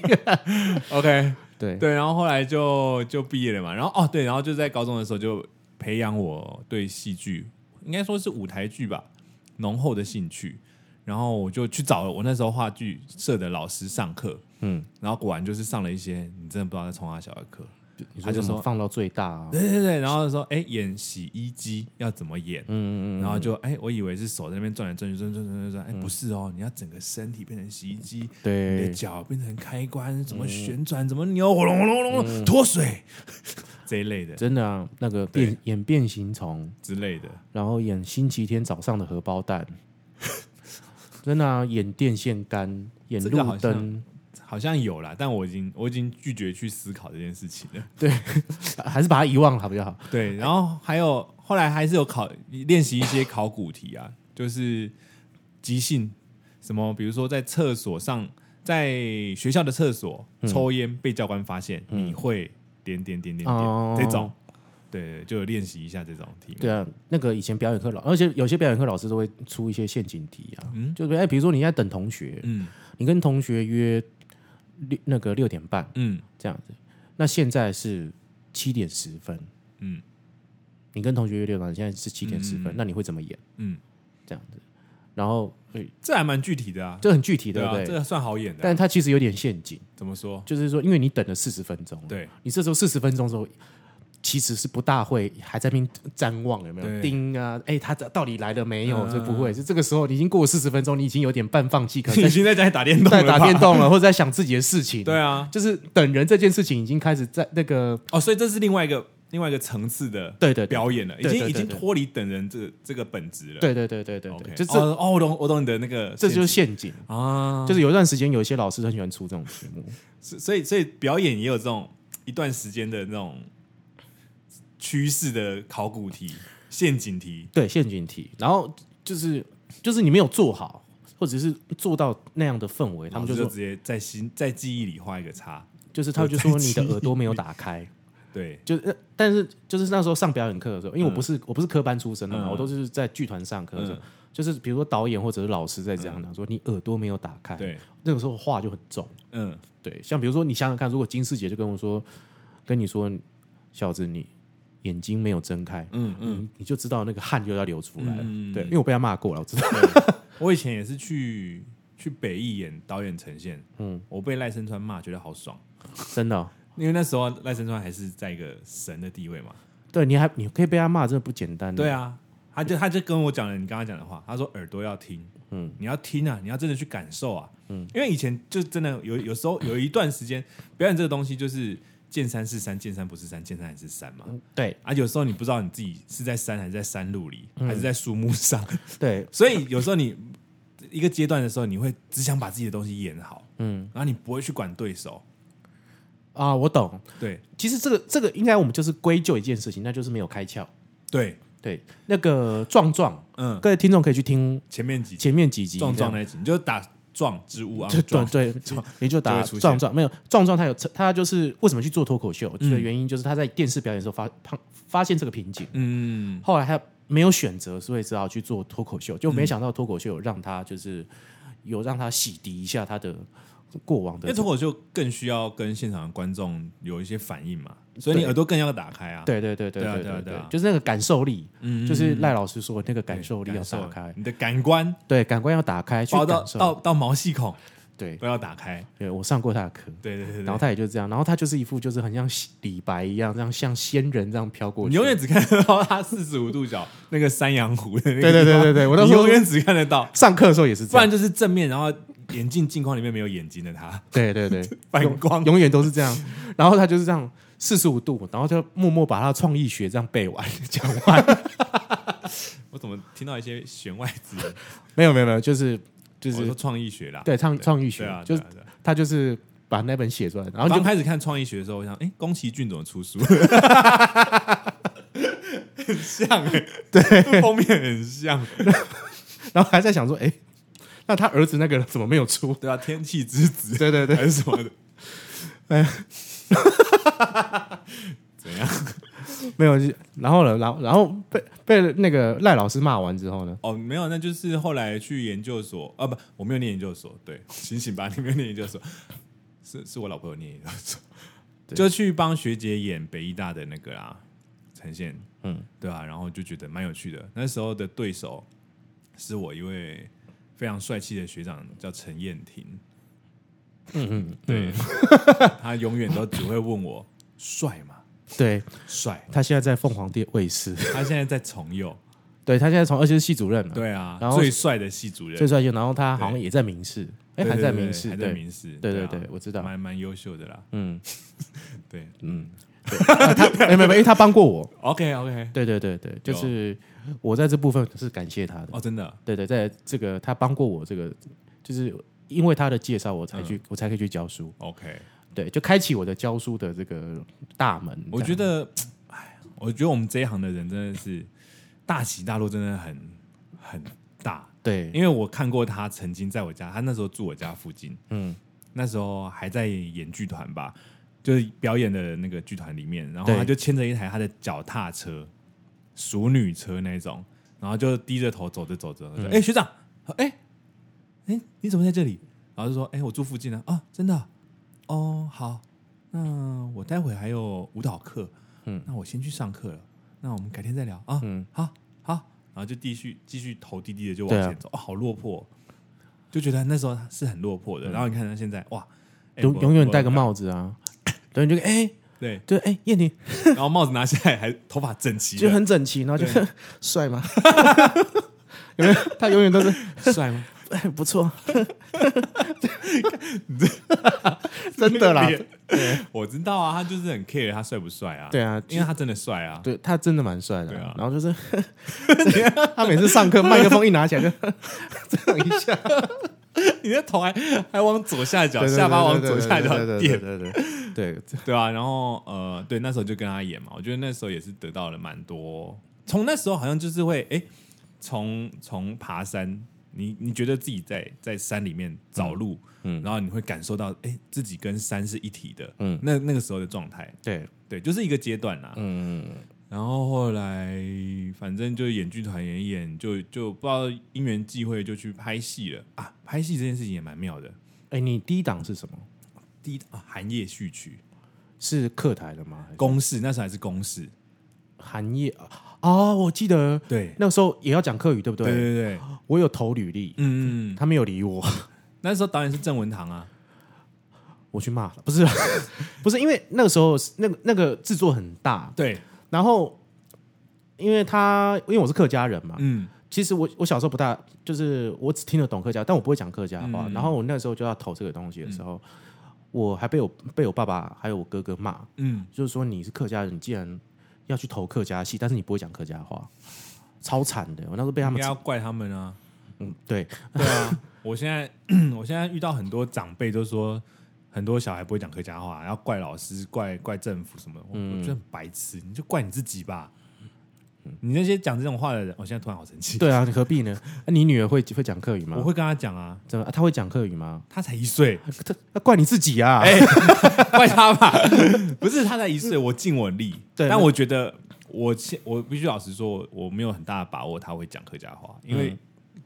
B: OK，
A: 对，
B: 对，然后后来就就毕业了嘛，然后哦对，然后就在高中的时候就培养我对戏剧，应该说是舞台剧吧，浓厚的兴趣。然后我就去找了我那时候话剧社的老师上课，
A: 嗯，
B: 然后果然就是上了一些你真的不知道在冲他小的课。
A: 你
B: 他就
A: 什么
B: 说
A: 放到最大 啊。
B: 对对对，然后说哎演洗衣机要怎么演，
A: 嗯嗯
B: 然后就哎我以为是手在那边转来转去转转转转转，哎不是哦，你要整个身体变成洗衣机，
A: 嗯，
B: 你的
A: 对，
B: 脚变成开关，怎么旋转，怎么扭，轰隆轰隆轰隆，脱水嗯 这一类的
A: 真的啊，那个
B: 对
A: 变演变形虫，
B: 之类的。
A: 然后演星期天早上的荷包蛋， 真的啊，演电线杆，演
B: 这个
A: 路
B: 好像
A: 灯，
B: 好像有啦，但我已经我已经拒绝去思考这件事情了。
A: 还是把它遗忘好比较好。
B: 对，然后还有后来还是有考练习一些考古题啊，就是即兴什么，比如说在厕所上，在学校的厕所
A: 嗯
B: 抽烟被教官发现，你会点点点点
A: 哦
B: 点这种，对，就有练习一下这种题目。
A: 对啊，那个以前表演课老，而且有些表演课老师都会出一些陷阱题啊，
B: 嗯
A: 就是哎，比如说你在等同学，
B: 嗯
A: 你跟同学约六那个六点半
B: 嗯
A: 这样子，那现在是七点十分，
B: 嗯
A: 你跟同学约六点半，现在是七点十分，
B: 嗯
A: 那你会怎么演
B: 嗯，
A: 这样子？然后对
B: 这还蛮具体的啊，
A: 这很具体，对
B: 啊
A: 不，对？
B: 这算好演的啊、
A: 但它其实有点陷阱，
B: 怎么说？
A: 就是说，因为你等了四十分钟，
B: 对，
A: 你这时候四十分钟的时候，其实是不大会还在那边瞻望，有没有
B: 对
A: 盯啊？哎、他到底来了没有？
B: 嗯
A: 这、不会，是这个时候你已经过了四十分钟，你已经有点半放弃，可
B: 你已
A: 能
B: 经在家里打电动
A: 在
B: 了吧，
A: 在打电动了，或者在想自己的事情。
B: 对啊，
A: 就是等人这件事情已经开始在那个
B: 哦，所以这是另外一个另外一个层次的
A: 对对对
B: 表演了，已
A: 对
B: 经
A: 对
B: 已
A: 对
B: 经
A: 对
B: 脱离等人这这个本质了。
A: 对对对对对对
B: OK，
A: 就这、
B: 哦哦，我懂我懂你的那个
A: 这
B: 陷阱，
A: 就是陷阱。
B: 啊，
A: 就是有一段时间，有一些老师很喜欢出这种题目，
B: 是所以所以表演也有这种一段时间的那种趋势的考古题、陷阱题，
A: 对陷阱题，然后就是就是你没有做好，或者是做到那样的氛围，他们
B: 老
A: 就
B: 师
A: 说
B: 就直接在心在记忆里画一个叉。
A: 就是他就说你的耳朵没有打 开，
B: 对，
A: 就是呃但是就是那时候上表演课的时候，因为我
B: 嗯
A: 不是、我不是科班出身的嘛，
B: 嗯
A: 我都是在剧团上课的时候，
B: 嗯
A: 就是比如说导演或者是老师在这样讲、说你耳朵没有打开，，
B: 对，
A: 那个时候话就很重，
B: 嗯，
A: 对，像比如说你想想看，如果金世杰就跟我说跟你说小子你眼睛没有睁开，
B: 嗯
A: 嗯嗯，你就知道那个汗就要流出来了，
B: 嗯
A: 对，因为我被他骂过了，我知道，
B: 我以前也是去去北艺演导演呈现，嗯，我被赖声川骂，觉得好爽，
A: 真的哦、
B: 因为那时候赖声川还是在一个神的地位嘛。
A: 对，你还你可以被他骂，真的不简单，
B: 对，啊，他就他就跟我讲了你刚刚讲的话，他说耳朵要听，嗯，你要听啊，你要真的去感受啊，嗯，因为以前就真的有有时候有一段时间表演这个东西就是见山是山，见山不是山，见山还是山嘛。
A: 对
B: 啊，有时候你不知道你自己是在山还是在山路里，还是在树木上，
A: 对，
B: 所以有时候你一个阶段的时候，你会只想把自己的东西演好，嗯，然后你不会去管对手，
A: 啊，我懂。
B: 对
A: 其实这个这个应该我们就是归咎一件事情，那就是没有开窍。
B: 对，
A: 对，那个壮壮，
B: 嗯，
A: 各位听众可以去听
B: 前面几集
A: 前面几集，
B: 撞撞
A: 这样
B: 那一集，你就打撞之物啊，
A: 就
B: 撞
A: 撞对， 也就打
B: 就会出现
A: 壮壮没有壮壮，他有他就是为什么去做脱口秀
B: 嗯
A: 的原因，就是他在电视表演的时候发发发现这个瓶颈，
B: 嗯，
A: 后来他没有选择，所以只好去做脱口秀，就没想到脱口秀有让他就是有让他洗涤一下他的过往
B: 因
A: 的
B: 为脱口秀更需要跟现场的观众有一些反应嘛，所以你
A: 对
B: 耳朵更要打开啊。
A: 对对对对
B: 对啊
A: 对
B: 对啊
A: 对
B: 对
A: 对
B: 啊，
A: 就是那个感受力，
B: 嗯，嗯
A: 就是赖老师说那个感
B: 对
A: 受力要
B: 感
A: 打开，
B: 你的感官，
A: 对，感官要打开去
B: 包到
A: 感
B: 到
A: 受。
B: 到毛细孔
A: 对，
B: 都要打开。
A: 对我上过他的课，
B: 对对对
A: 然后
B: 对，
A: 他也就这样，然后他就是一副就是很像李白一样，这样像仙人这样飘过
B: 你
A: 去。
B: 永远只看得到他四十五度角那个山羊湖的那个
A: 对
B: 地方。
A: 对对对对，我那
B: 你
A: 时候
B: 永远只看得到，
A: 上课的时候也是啊
B: 不
A: 这
B: 然
A: 样，
B: 就是正面，然后眼镜镜框里面没有眼睛的他，
A: 对对对，
B: 反
A: 永
B: 光。
A: 永远都是这样。然后他就是这样四十五度，然后就默默把他的创意学这样背完 讲完。
B: 我怎么听到一些弦外之音？
A: 没有没有没有，就是 就
B: 我说
A: 是
B: 创意学啦，
A: 对创创意学
B: 对啊，，
A: 就是
B: 对啊对啊
A: 他就是把那本写出来，然后
B: 刚
A: 就
B: 开始看创意学的时候，我想，哎、宫崎骏怎么 出书？很像哎、对， 封面很像，
A: 然后还在想说，哎，那他儿子那个人怎么没有 出？
B: 对啊，天气之子
A: 对对对
B: 还，是什么的，哎，怎样？
A: 没有，就然后呢，然后然后被被那个赖老师骂完之后呢，
B: 哦，没有，那就是后来去研究所啊，不，我没有念研究所，对， 醒醒吧，你没有念研究所，是是我老婆有念研究所，
A: 对
B: 就去帮学姐演北医大的那个啦，呈现，
A: 嗯
B: 嗯，对啊，然后就觉得蛮有趣的。那时候的对手是我一位非常帅气的学长，叫陈燕婷，嗯嗯，对，他永远都只会问我帅吗？
A: 对
B: 帅，
A: 他现在在凤凰店卫视，
B: 他现在在重佑，
A: 对他现在从而且是系主任嘛，
B: 对啊
A: 然，后
B: 最帅的系主任
A: 最，帅就然后他好像也在明视，哎，还
B: 对
A: 在
B: 对对
A: 明视，
B: 还在
A: 对
B: 明视，
A: 对对
B: 啊
A: 对，我知道，
B: 蛮蛮优秀的啦。
A: 嗯
B: 对
A: 嗯， 对啊他没没没，他帮过我，
B: ，OK OK，
A: 对对对对，就是我在这部分是感谢他的，
B: 哦，真的，
A: 对对，在这个他帮过我这个，就是因为他的介绍，我才去、我才可以去教书，
B: OK，
A: 对，就开启我的教书的这个大门。
B: 我觉得，哎，我觉得我们这一行的人真的是大起大落，真的很很大。
A: 这样对，
B: 因为我看过他曾经在我家，他那时候住我家附近，
A: 嗯，
B: 那时候还在演剧团吧，就是表演的那个剧团里面，然后
A: 对
B: 他就牵着一台他的脚踏车，熟女车那种，然后就低着头走着走着，
A: 嗯
B: 哎、诶学长，哎、哎、你怎么在这里？然后就说，哎、我住附近啊，啊，真的啊，哦，好，那我待会还有舞蹈课，
A: 嗯
B: 嗯，那我先去上课了，那我们改天再聊啊，
A: 嗯
B: 嗯，好，好，然后就继续继续头低低的就
A: 对
B: 往
A: 啊
B: 前走，哦，好落魄哦，就觉得那时候他是很落魄的，然后你看他现在哇，哎
A: 嗯永
B: 我
A: 永远戴个
B: 我
A: 帽子啊，对，你就哎、，
B: 对
A: 对哎，燕婷
B: 然后帽子拿下来还头发整齐
A: 就
B: 的，
A: 很整齐，然后就帅吗？ 有没有？他永远都是
B: 帅吗？
A: 哎不 错，真的 啦，
B: 我知道啊，他就是很 care 他帅不帅啊，
A: 对啊
B: 因为他真的帅啊，
A: 对他真的蛮帅的
B: 对啊
A: 啊。然后就是 他每次上课麦克风一拿起来就 这样一下，
B: 你的头还还往左下角，
A: 对对
B: 下巴
A: 对
B: 往
A: 对
B: 左
A: 对
B: 下
A: 对
B: 角
A: 对对对
B: 点，
A: 对对对对
B: 对啊，然后呃，对，那时候就跟他演嘛，我觉得那时候也是得到了蛮多。从那时候好像就是会哎，从从爬山，你你觉得自己在在山里面找路，
A: 嗯
B: 嗯，然后你会感受到哎，自己跟山是一体的，
A: 嗯
B: 嗯，那那个时候的状态，
A: 对，
B: 对，就是一个阶段啦。
A: 嗯。
B: 然后后来反正就演剧团演一演，就就不知道因缘际会就去拍戏了啊，拍戏这件事情也蛮妙的。
A: 哎、你第一档是什么？
B: 第一啊，寒夜序曲
A: 是客台的吗？还是
B: 公式，那时候还是公式，
A: 行业哦，我记得
B: 对，
A: 那时候也要讲客语，对不对？哦
B: 对对对，
A: 我有投履历，
B: 嗯，
A: 他没有理我，
B: 那时候导演是郑文堂啊，
A: 我去骂了。不是， 不是，因为那个时候是那个那个制作很大，
B: 对，
A: 然后因为他因为我是客家人嘛，
B: 嗯，
A: 其实我我小时候不大，就是我只听得懂客家，但我不会讲客家话。
B: 嗯
A: 然后我那时候就要投这个东西的时候，我还被我被我爸爸还有我哥哥骂，
B: 嗯，
A: 就是说你是客家人，你既然要去投客家戏，但是你不会讲客家话，超惨的。我那时候被他
B: 应
A: 们
B: 该，要怪他们 啊，
A: 嗯，对，
B: 对啊，我现在 我现在遇到很多长辈都说。很多小孩不会讲客家话，然后怪老师、怪怪政府什么的，我我觉得很白痴，你就怪你自己吧。你那些讲这种话的人，我现在突然好生气。
A: 对啊，你何必呢？啊你女儿会会讲客语吗？
B: 我，会跟他讲啊，
A: 怎么？啊她会讲客语吗？
B: 他才一岁，
A: 她那怪你自己啊！哎，
B: 怪他吧？不是，他才一岁，我尽我力。
A: 对那
B: 但我觉得我现我必须老实说，我我没有很大的把握他会讲客家话，
A: 嗯
B: 因为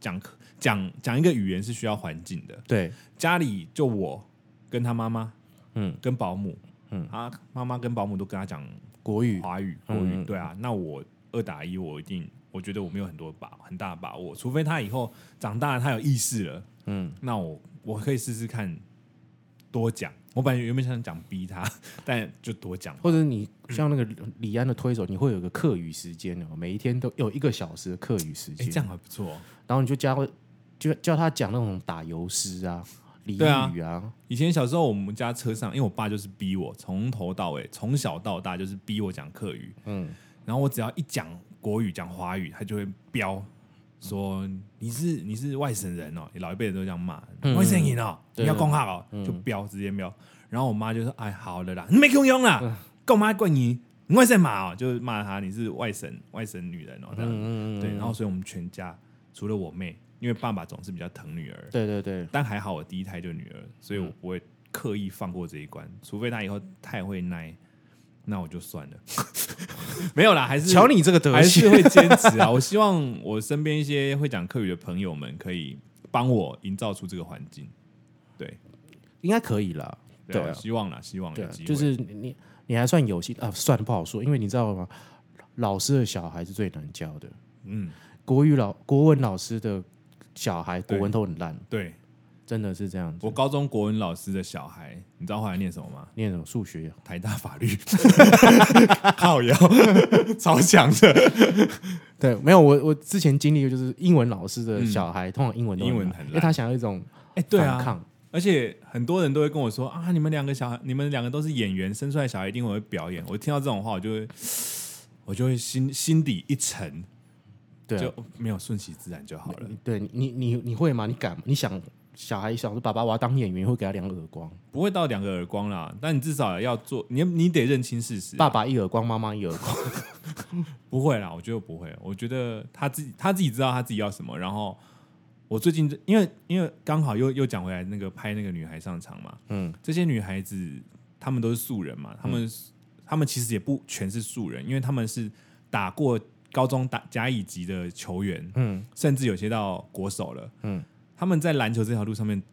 B: 讲客讲讲一个语言是需要环境的。
A: 对，
B: 家里就我跟他妈妈，
A: 嗯
B: 嗯，跟保姆，
A: 嗯
B: 嗯，他妈妈跟保姆都跟他讲
A: 国语，
B: 华语，国
A: 嗯
B: 语，对啊。那我二打一，我一定，我觉得我没有很多把很大的把握，除非他以后长大了，他有意识了，
A: 嗯，
B: 那我我可以试试看多讲。我本来原本想讲逼他， 但就多讲。
A: 或者你像那个李安的推手，你会有个客语时间哦，每一天都有一个小时的客语时
B: 哎、
A: 间
B: 这，样还不错哦。
A: 然后你就教会就叫他讲那种打油诗啊、俚
B: 对啊
A: 语啊，
B: 以前小时候我们家车上，因为我爸就是逼我从头到尾，从小到大就是逼我讲客语。
A: 嗯，
B: 然后我只要一讲国语、讲华语，他就会飙说你是你是外省人哦，老一辈人都这样骂，
A: 嗯
B: 外省人哦，
A: 对嗯
B: 你要讲话哦，就飙直接飙。然后我妈就说：“哎，好了啦，你没用用
A: 嗯
B: 啦，干嘛怪你？你外省嘛哦，就是骂他你是外省外省女人哦，这样子。
A: 嗯嗯嗯
B: 对，然后所以我们全家除了我妹，因为爸爸总是比较疼女儿，
A: 对对对，
B: 但还好我第一胎就女儿，所以我不会刻意放过这一关，除非她以后太会奶，那我就算了。 没有啦，还是
A: 瞧你这个德
B: 还是
A: 行，
B: 会坚持啊。我 希望我身边一些会讲客语的朋友们可以帮我营造出这个环境。对，
A: 应该可以啦。
B: 对啊，
A: 对啊
B: 希望啦，希望
A: 对
B: 有
A: 啊
B: 机，会。
A: 就是你你还算有戏啊，算了不好说，因为你知道吗？老师的小孩是最难教的，
B: 嗯，
A: 国语老国文老师的小孩
B: 对
A: 国文都很烂，
B: 对
A: 真的是这样子
B: 我。高中国文老师的小孩，你知道后来念什么吗？
A: 念什么数学？
B: 台大法 律，靠腰， 超强的，
A: 对，没有我我之前经历过，就是英文老师的小孩，通常英文都
B: 嗯英文
A: 烂
B: 很烂
A: 因为他想要一种
B: 哎、对
A: 反
B: 啊，
A: 抗，
B: 而且很多人都会跟我说啊，你们两个小孩，你们两个都是演员，生出来小孩一定会表演。我听到这种话，我就会， 我就会心心底一沉，
A: 对啊
B: 就没有顺其自然就好了。
A: 对，你你你你会吗？你敢吗？你想小孩想说爸爸我要当演员，会给他两个耳光，
B: 不会到两个耳光啦，但你至少要做，你你得认清事实。
A: 爸爸一耳光，妈妈一耳光，
B: 不会啦，我觉得不会，我觉得他自己他自己知道他自己要什么。然后我最近因为因为刚好又又讲回来那个拍那个女孩上场嘛，
A: 嗯，
B: 这些女孩子她们都是素人嘛，她们、她们其实也不全是素人，因为她们是打过高中打甲乙级的球员，
A: 嗯，
B: 甚至有些到国手了，
A: 嗯，
B: 他们在篮球这条路上面，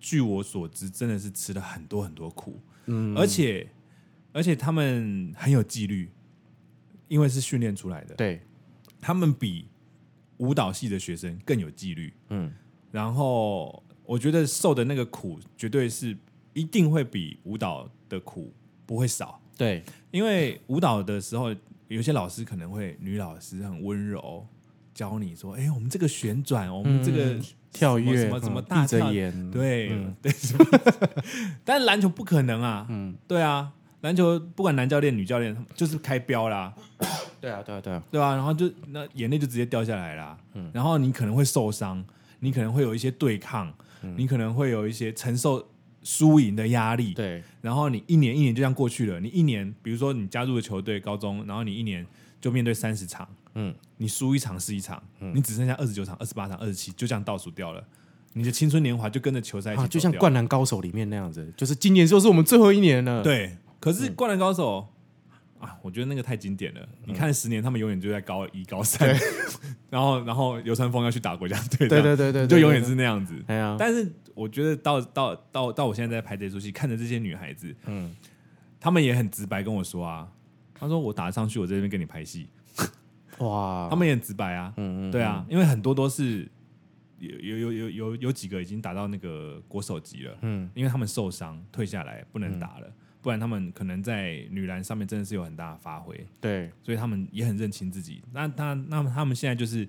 B: 据我所知，真的是吃了很多很多苦，嗯，而且而且他们很有纪律，因为是训练出来的，
A: 对，
B: 他们比舞蹈系的学生更有纪律，
A: 嗯，
B: 然后我觉得受的那个苦绝对是一定会比舞蹈的苦不会少，
A: 对，
B: 因为舞蹈的时候，有些老师可能会女老师很温柔，教你说：“哎、我们这个旋转，我们这个
A: 嗯跳跃
B: 什么什么什么
A: 嗯
B: 大
A: 闭
B: 跳
A: 着，眼，
B: 对、
A: 嗯
B: 对。什么” 但篮球不可能啊，嗯，对啊，篮球不管男教练、女教练，就是开标啦，
A: 对啊，对啊，对啊，
B: 对吧、然后就那眼泪就直接掉下来啦，
A: 嗯
B: 然后你可能会受伤，你可能会有一些对抗，
A: 嗯
B: 你可能会有一些承受输赢的压力，
A: 对，
B: 然后你一年一年就这样过去了。你一年，比如说你加入了球队高中，然后你一年就面对三十场，
A: 嗯，
B: 你输一场是一场，你只剩下二十九场、二十八场、二十七，就这样倒数掉了。你的青春年华就跟着球赛一起、
A: 啊，就像《灌，篮高手》里面那样子，就是今年就是我们最后一年了，，
B: 对。可是《灌篮高
A: 嗯
B: 手》啊，我觉得那个太经典了。你看十年，他们永远就在高一、高三， 然后然后流川枫要去打国家队，
A: 对
B: 这
A: 对
B: 样
A: 对对，
B: 就
A: 对
B: 永远是，那样子。
A: 哎呀，
B: 但是我觉得到到到到我现在在拍这出戏，看着这些女孩子，
A: 嗯，
B: 她们也很直白跟我说啊，她说我打上去，我在这边跟你拍戏，
A: 哇，
B: 她们也很直白啊，
A: 嗯，嗯嗯，
B: 对啊，因为很多都是有有有有有有几个已经打到那个国手级了，
A: 嗯，
B: 因为他们受伤退下来不能打了，不然他们可能在女篮上面真的是有很大的发挥，
A: 对，
B: 所以他们也很认清自己。那他那么他们现在就是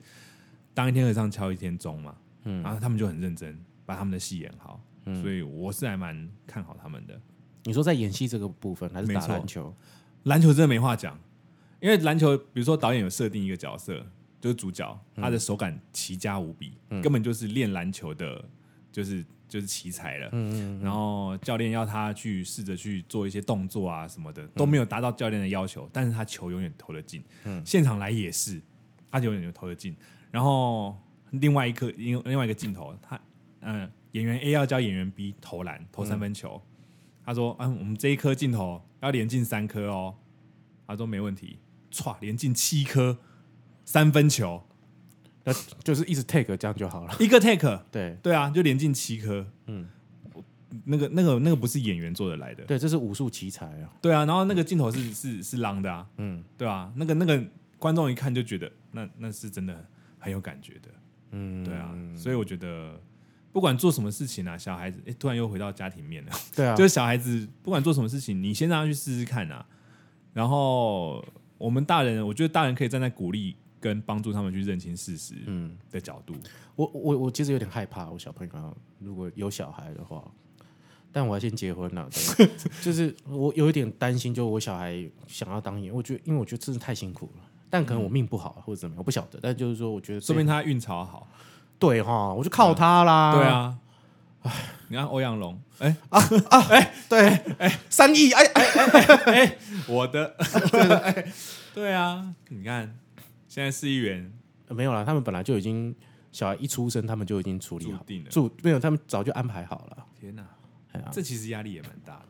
B: 当一天和尚敲一天钟嘛，
A: 嗯
B: 然后他们就很认真把他们的戏演好，
A: 嗯
B: 所以我是还蛮看好他们的。
A: 你说在演戏这个部分，还是
B: 没
A: 打
B: 错
A: 篮球？
B: 篮球真的没话讲，因为篮球，比如说导演有设定一个角色，就是主角，他的手感奇佳无比，
A: 嗯
B: 根本就是练篮球的，就是就是奇才了。
A: 嗯嗯，
B: 然后教练要他去试着去做一些动作啊什么
A: 嗯
B: 的，都没有达到教练的要求，但是他球永远投得进。
A: 嗯
B: 现场来也是，他永远就投得进。然后另外一颗另另外一个镜头，他嗯、呃演员 A 要教演员 B 投篮投三分球，他说嗯、我们这一颗镜头要连进三颗哦，他说没问题，歘连进七颗三分球，
A: 那就是一直 take 这样就好了，
B: 一个 take，
A: 对。
B: 对啊，就连进七颗，嗯。那个、那个、那个不是演员做得来的，
A: 对，这是武术奇才啊！
B: 对啊，然后那个镜头是是是浪的啊，
A: 嗯
B: 嗯，对啊，那个那个观众一看就觉得那那是真的很有感觉的，嗯，对啊，所以我觉得不管做什么事情啊，小孩子哎、诶突然又回到家庭面了，
A: 对啊，
B: 就是小孩子不管做什么事情，你先让他去试试看啊，然后我们大人，我觉得大人可以站在鼓励跟帮助他们去认清事实，嗯的角度，
A: 我我我其实有点害怕，我小朋友要如果有小孩的话，但我要先结婚了， 对就是我有一点担心，就我小孩想要当演员，我觉得因为我觉得真的太辛苦了，但可能我命不好啊或者怎么样，我不晓得，但就是说我觉得
B: 嗯说
A: 这
B: 明他运潮好，
A: 对哈，我就靠他啦，
B: 对啊，你看欧 阳龙，哎、
A: 对，
B: 啊
A: 哎，三亿，哎哎，
B: 我的， 对啊，你看现在市议员
A: 没有啦，他们本来就已经小孩一出生，他们就已经处理
B: 注
A: 好，
B: 定了，
A: 住没有，他们早就安排好了，
B: 天哪、
A: 哎呀
B: 这其实压力也蛮大的。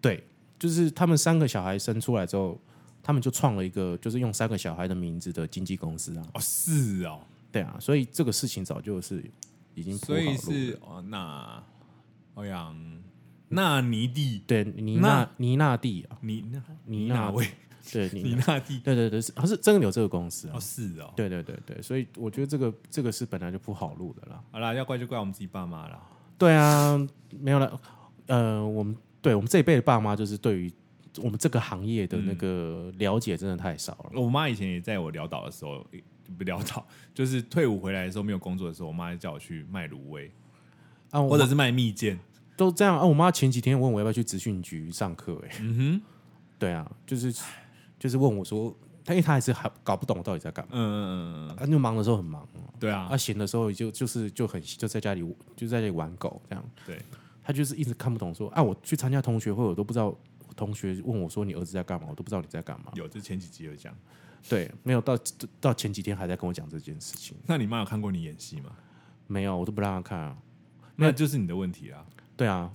A: 对，就是他们三个小孩生出来之后，他们就创了一个就是用三个小孩的名字的经纪公司啊，
B: 哦，是哦，
A: 对啊，所以这个事情早就是已经铺好
B: 所
A: 路了
B: 以是哦，那欧阳纳尼蒂，
A: 对尼纳尼纳蒂啊，
B: 你那
A: 尼
B: 纳
A: 纳
B: 位，
A: 对
B: 你
A: 尼纳，
B: 那蒂，
A: 对对对，是好像是真的有这个公司啊
B: 哦，，是哦，
A: 对对对对，所以我觉得这个这个是本来就铺好路的啦。
B: 好啦，要怪就怪我们自己爸妈啦。
A: 对啊，没有了。呃，我们对我们这一辈的爸妈，就是对于我们这个行业的那个了解真的太少了。
B: 我妈以前也在我潦倒的时候，诶不潦倒，就是 退伍回来的时候没有工作的时候，我妈就叫我去卖卤味，
A: 啊，我
B: 或者
A: 者
B: 是卖蜜饯。
A: 都这样啊。我妈前几天问我要不要去职训局上课、欸，
B: 嗯
A: 对啊，就是就是问我说，她因为她还是还搞不懂我到底在干嘛
B: 哼，。嗯嗯嗯
A: 啊，就忙的时候很忙，
B: 嗯，对啊
A: 啊，，闲的时候就就是就很就在家里就在家里玩狗这样。
B: 对，
A: 她就是一直看不懂说，啊，我去参加同学会，我都不知道同学问我说你儿子在干嘛，我都不知道你在干嘛。
B: 有，这前几集有讲。
A: 对，没有到到前几天还在跟我讲这件事情，
B: 那你妈有看过你演戏吗？
A: 没有，我都不让他看啊。
B: 那就是你的问题啦，
A: 对啊，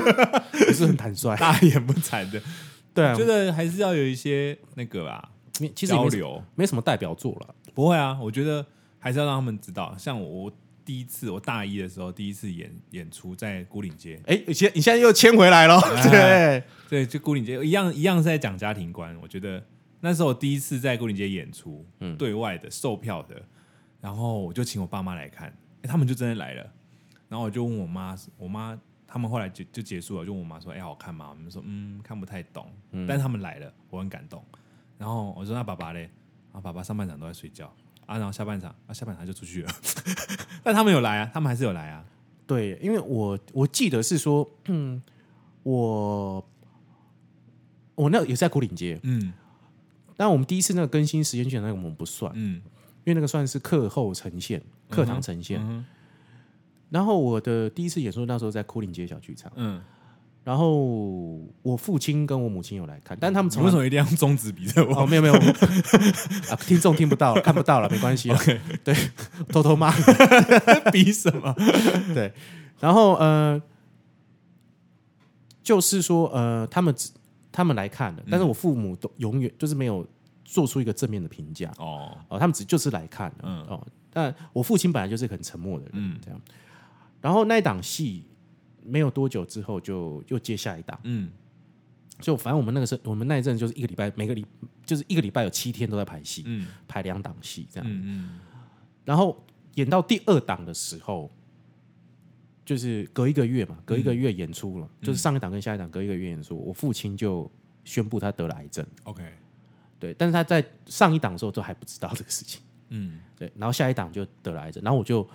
A: 不是很坦率。
B: 大言不惭的，
A: 对啊
B: 觉，得还是要有一些那个吧
A: 没其实也
B: 交
A: 没什
B: 流。
A: 没什么代表作了。
B: 不会啊，我觉得还是要让他们知道。像我我第一次，我大一的时候第一次演演出在孤岭街，
A: 哎，你现你现在又牵回来了， 对
B: 对，就孤岭街一样一样是在讲家庭观。我觉得那时候我第一次在孤岭街演出，
A: 嗯
B: 对外的售票的，然后我就请我爸妈来看，诶他们就真的来了。然后我就问我妈，我妈他们后来就就结束了，我就问我妈说：“哎、好看吗？”我们说：“嗯，看不太懂。
A: 嗯
B: 但是他们来了，我很感动。然后我说：“那爸爸嘞？”啊，爸爸上半场都在睡觉啊，然后下半场啊，下半场他就出去了。 但他们有来啊，他们还是有来啊。
A: 对，因为我我记得是说，嗯，我我那也是在古岭街，
B: 嗯
A: 但我们第一次那个更新时间选那个我们不算，
B: 嗯
A: 因为那个算是课后呈现、课堂呈现。
B: 嗯
A: 然后我的第一次演出那时候在枯岭街小剧场，
B: 嗯，
A: 然后我父亲跟我母亲有来看，但他们
B: 你
A: 从
B: 为
A: 来
B: 什么一定要用中指比着我？
A: 哦，没有没有， 啊，听众听不到了，看不到了，没关 系了。对，偷偷骂。
B: 比什么？
A: 对，然后呃，就是说呃，他们只他们来看了，但
B: 嗯
A: 是我父母都永远就是没有做出一个正面的评价
B: 哦，
A: 哦，他们只就是来看了，
B: 嗯
A: 哦，但我父亲本来就是个很沉默的人，
B: 嗯
A: 这样。然后那一档戏没有多久之后就又接下一档，
B: 嗯
A: 就反正我们那个时候我们那一阵就是一个礼拜，每个礼就是一个礼拜有七天都在排戏，
B: 嗯
A: 排两档戏这样。
B: 嗯
A: 然后演到第二档的时候，就是隔一个月嘛，隔一个月演出了，就是上一档跟下一档隔一个月演出。我父亲就宣布他得了癌症，
B: ，OK，
A: 对，但是他在上一档的时候都还不知道这个事情，
B: 嗯
A: 对，然后下一档就得了癌症，然后我就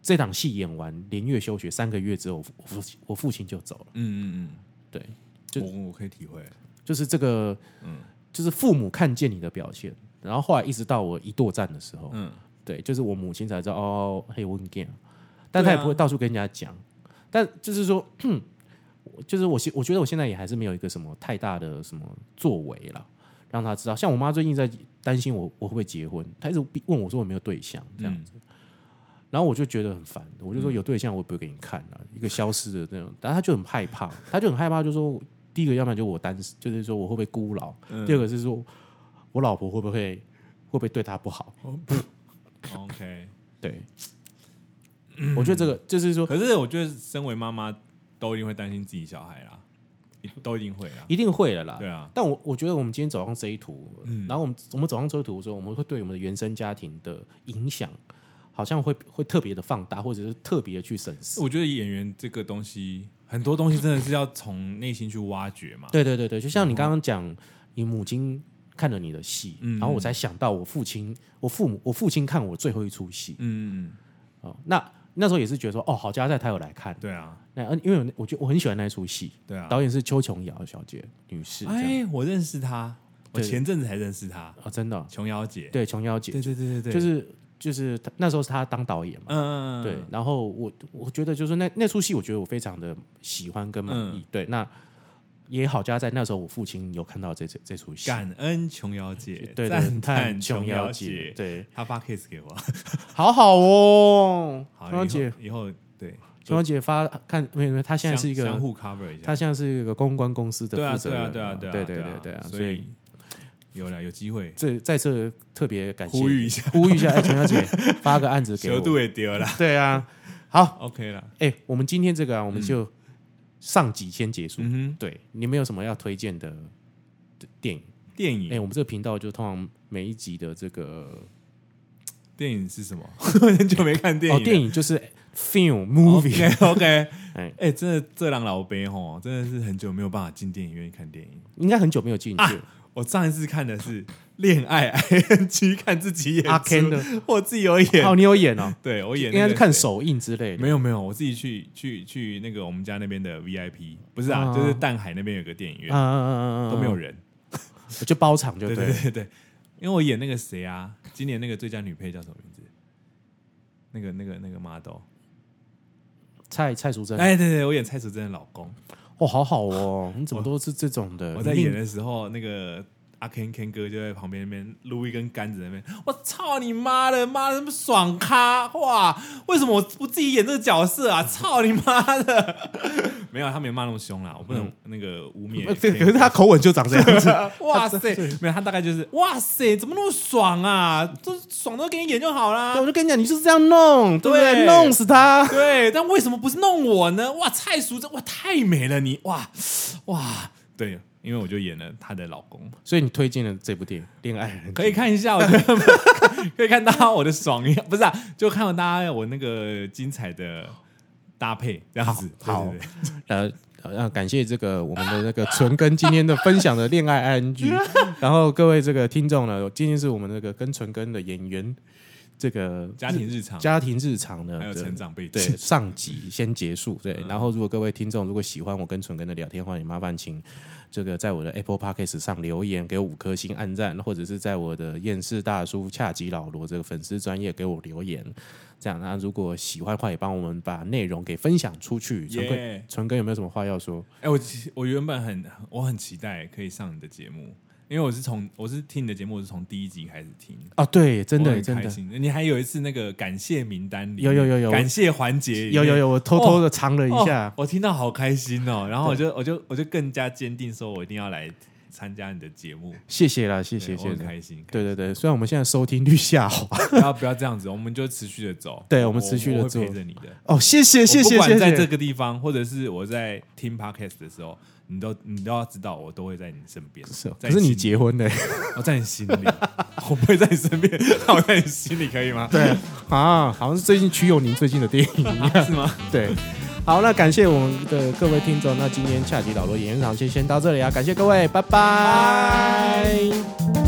A: 这档戏演完连月休学三个月之后，我父我父亲我父亲就走了，
B: 嗯嗯
A: 对，就
B: 嗯，我我可以体会，
A: 就是这个，
B: 嗯
A: 就是父母看见你的表现，然后后来一直到我一堕战的时候，
B: 嗯，
A: 对，就是我母亲才知道哦，嘿，我很 gay，但她也不会到处跟人家讲。但就是说，就是我现我觉得我现在也还是没有一个什么太大的什么作为了，让她知道。像我妈最近在担心我我会不会结婚，她一直逼问我说我有没有对象这样子。然后我就觉得很烦，我就
B: 嗯
A: 说有对象我也不会给你看了、一个消失的那种。但她就很害 怕，她就很害怕，就说第一个，要不然就我单，就是说我会不会孤老；
B: 嗯
A: 第二个是说我老婆会不会会不会对她不好。
B: OK。
A: 对，我觉得这个就是说
B: 嗯可是我觉得，身为妈妈都一定会担心自己小孩啦，一都一定会啦。
A: 一定会了啦。
B: 对嗯啊，
A: 但我我觉得我们今天走上这一途，然后我们我们走上这一途的时候，我们会对我们的原生家庭的影响，好像会会特别的放大，或者是特别地去审视。
B: 我觉得演员这个东西，很多东西真的是要从内心去挖掘嘛。
A: 对对对对，就像你刚刚讲，你母亲看了你的戏，
B: 嗯
A: 然后我才想到我父亲，我父母，我父亲看我最后一出戏
B: 嗯嗯
A: 哦，那那时候也是觉得说，哦，好家在他有来看
B: 嗯，，对啊，
A: 那呃因为我我觉得我很喜欢那一出戏，
B: 对啊。
A: 导演是邱琼瑶小姐女士，这样
B: 哎，我认识他，我
A: 对
B: 前阵子才认识他，
A: 哦，真的哦，
B: 琼瑶姐。
A: 对，琼瑶姐
B: 对，对对对对，
A: 就是就是他那时候是他当导演嘛，
B: 嗯嗯嗯
A: 对，然后我我觉得就是那那出戏，我觉得我非常的喜欢跟满
B: 嗯
A: 意，对，那也好加在那时候我父亲有看到这这这出戏，
B: 感恩琼瑶 姐，
A: 对，
B: 赞
A: 对
B: 叹
A: 琼
B: 琼瑶
A: 姐，
B: 姐，
A: 对，
B: 他发 case 给我，
A: 好好哦，
B: 好，
A: 琼瑶
B: 以后
A: 姐，
B: 以后对，
A: 琼瑶姐发看没有没有，她现在是一
B: 相相
A: 个
B: 互 cover 一下，
A: 她现在是一个公关公司的
B: 对啊
A: 负责
B: 对
A: 人
B: 啊
A: 嘛，
B: 对啊对啊
A: 对
B: 对
A: 对对啊，
B: 所以有了有机会，
A: 这在这特别感谢，
B: 呼吁一下，
A: 呼吁一下，哎，陈小姐发个案子给
B: 球
A: 我
B: 度。也丢了
A: 对啊，好，
B: ，OK 了，
A: 哎，我们今天这个啊，我们就上集先结束。
B: 嗯
A: 对，你们有什么要推荐的的电影？
B: 哼，电影
A: 哎，我们这个频道就通常每一集的这个
B: 电影是什么？ 很久没看电影哦
A: 哦，
B: 了，
A: 电影就是 film movie。
B: OK，
A: 哎
B: 哎哎，真的这狼老杯吼，真的是很久没有办法进电影院看电影。
A: 应该很久没有进去了。
B: 我上一次看的是《恋爱 ING》，看自己演
A: 阿啊 Ken
B: 出，
A: 的，
B: 我自己有演，
A: 哦，你有演哦，
B: 对我演
A: 应
B: 那个
A: 该是看首映之类的。
B: 没有没有，我自己去去去那个我们家那边的 VIP，不是啊，
A: 啊
B: 就是淡海那边有个电影
A: 啊
B: 院，
A: 啊啊啊啊！
B: 都没有人。
A: 就包场就
B: 对
A: 对
B: 对
A: 了。
B: 对对，因为我演那个谁啊，今年那个最佳女配叫什么名字？那个那个那个 model，
A: 蔡蔡淑珍，
B: 哎，对对，我演蔡淑珍的老公。
A: 哦，好好哦，你怎么都是这种的？
B: 我在
A: 你
B: 演的时候，那个阿 Ken Ken 哥就在旁边那边撸一根杆子在那边，我操你妈的，妈的什么爽咖哇！为什么我我自己演这个角色啊？操你妈的！ 没有，他没骂那么凶啦，我不能那个 污蔑 Ken 哥。
A: 呃对，可是他口吻就长这样子。
B: 哇塞，没有，他大概就是哇塞，怎么那么爽啊？这爽都给你演就好啦
A: 对，。我就跟你讲，你就是这样弄，对不对？
B: 对
A: 弄死他。
B: 对，但为什么不是弄我呢？哇，蔡淑珍，哇，太美了你，哇哇，对，因为我就演了她的老公。
A: 所以你推荐了这部电影《恋爱人》，
B: 可以看一下，我觉得 可以看到我的爽一样，不是啊，就看到大家我那个精彩的搭配这样子。
A: 好
B: 对对对
A: 呃。呃，感谢这个我们的那个纯根今天的分享的恋爱 ing，然后各位这个听众呢，今天是我们那个跟纯根的演员这个
B: 家庭日常
A: 家庭日常的
B: 还有
A: 这
B: 成长背
A: 对嗯
B: 景，
A: 上集先结束对，然后如果各位听众如果喜欢我跟纯根的聊天的话，也麻烦请这个在我的 Apple Podcast 上留言，给我五颗星按赞，或者是在我的厌世大叔恰吉老罗这个粉丝专业给我留言。这样，那如果喜欢的话，也帮我们把内容给分享出去。纯根，
B: 耶！
A: 纯根有没有什么话要说？
B: 哎，我其我原本很我很期待可以上你的节目，因为我是从我是听你的节目，我是从第一集开始听。
A: 啊，对，真
B: 我
A: 的
B: 很
A: 真
B: 开
A: 的
B: 心，你还有一次那个感谢名单里面，
A: 有有有有
B: 感谢环节，
A: 有有有，我偷偷的藏了
B: 等
A: 一下。
B: 我听到好开心哦，然后我就我就我就更加坚定说，我一定要来参加你的节目，
A: 谢谢啦，谢
B: 谢
A: 谢谢
B: 我很
A: 谢。
B: 开心，
A: 对对对，虽然我们现在收听率下滑，
B: 不要不要这样子，我们就持续的走。
A: 对我们持续地
B: 我会
A: 做
B: 陪着你的。
A: 哦，谢谢谢谢
B: 我不
A: 谢
B: 管在
A: 谢
B: 这。个地方，或者是我在听 podcast 的时候，你都你都要知道，我都会在你身边。
A: 是哦，
B: 在
A: 可是你
B: 心里，
A: 结婚的
B: 我在你心里， 我不会在你身边， 但我在你心里可以吗？
A: 对啊，好像是最近曲友宁最近的电影 一样。
B: 啊是吗？
A: 对，好，那感谢我们的各位听众，那今天恰吉老罗演员场就先到这里啊，感谢各位，拜拜。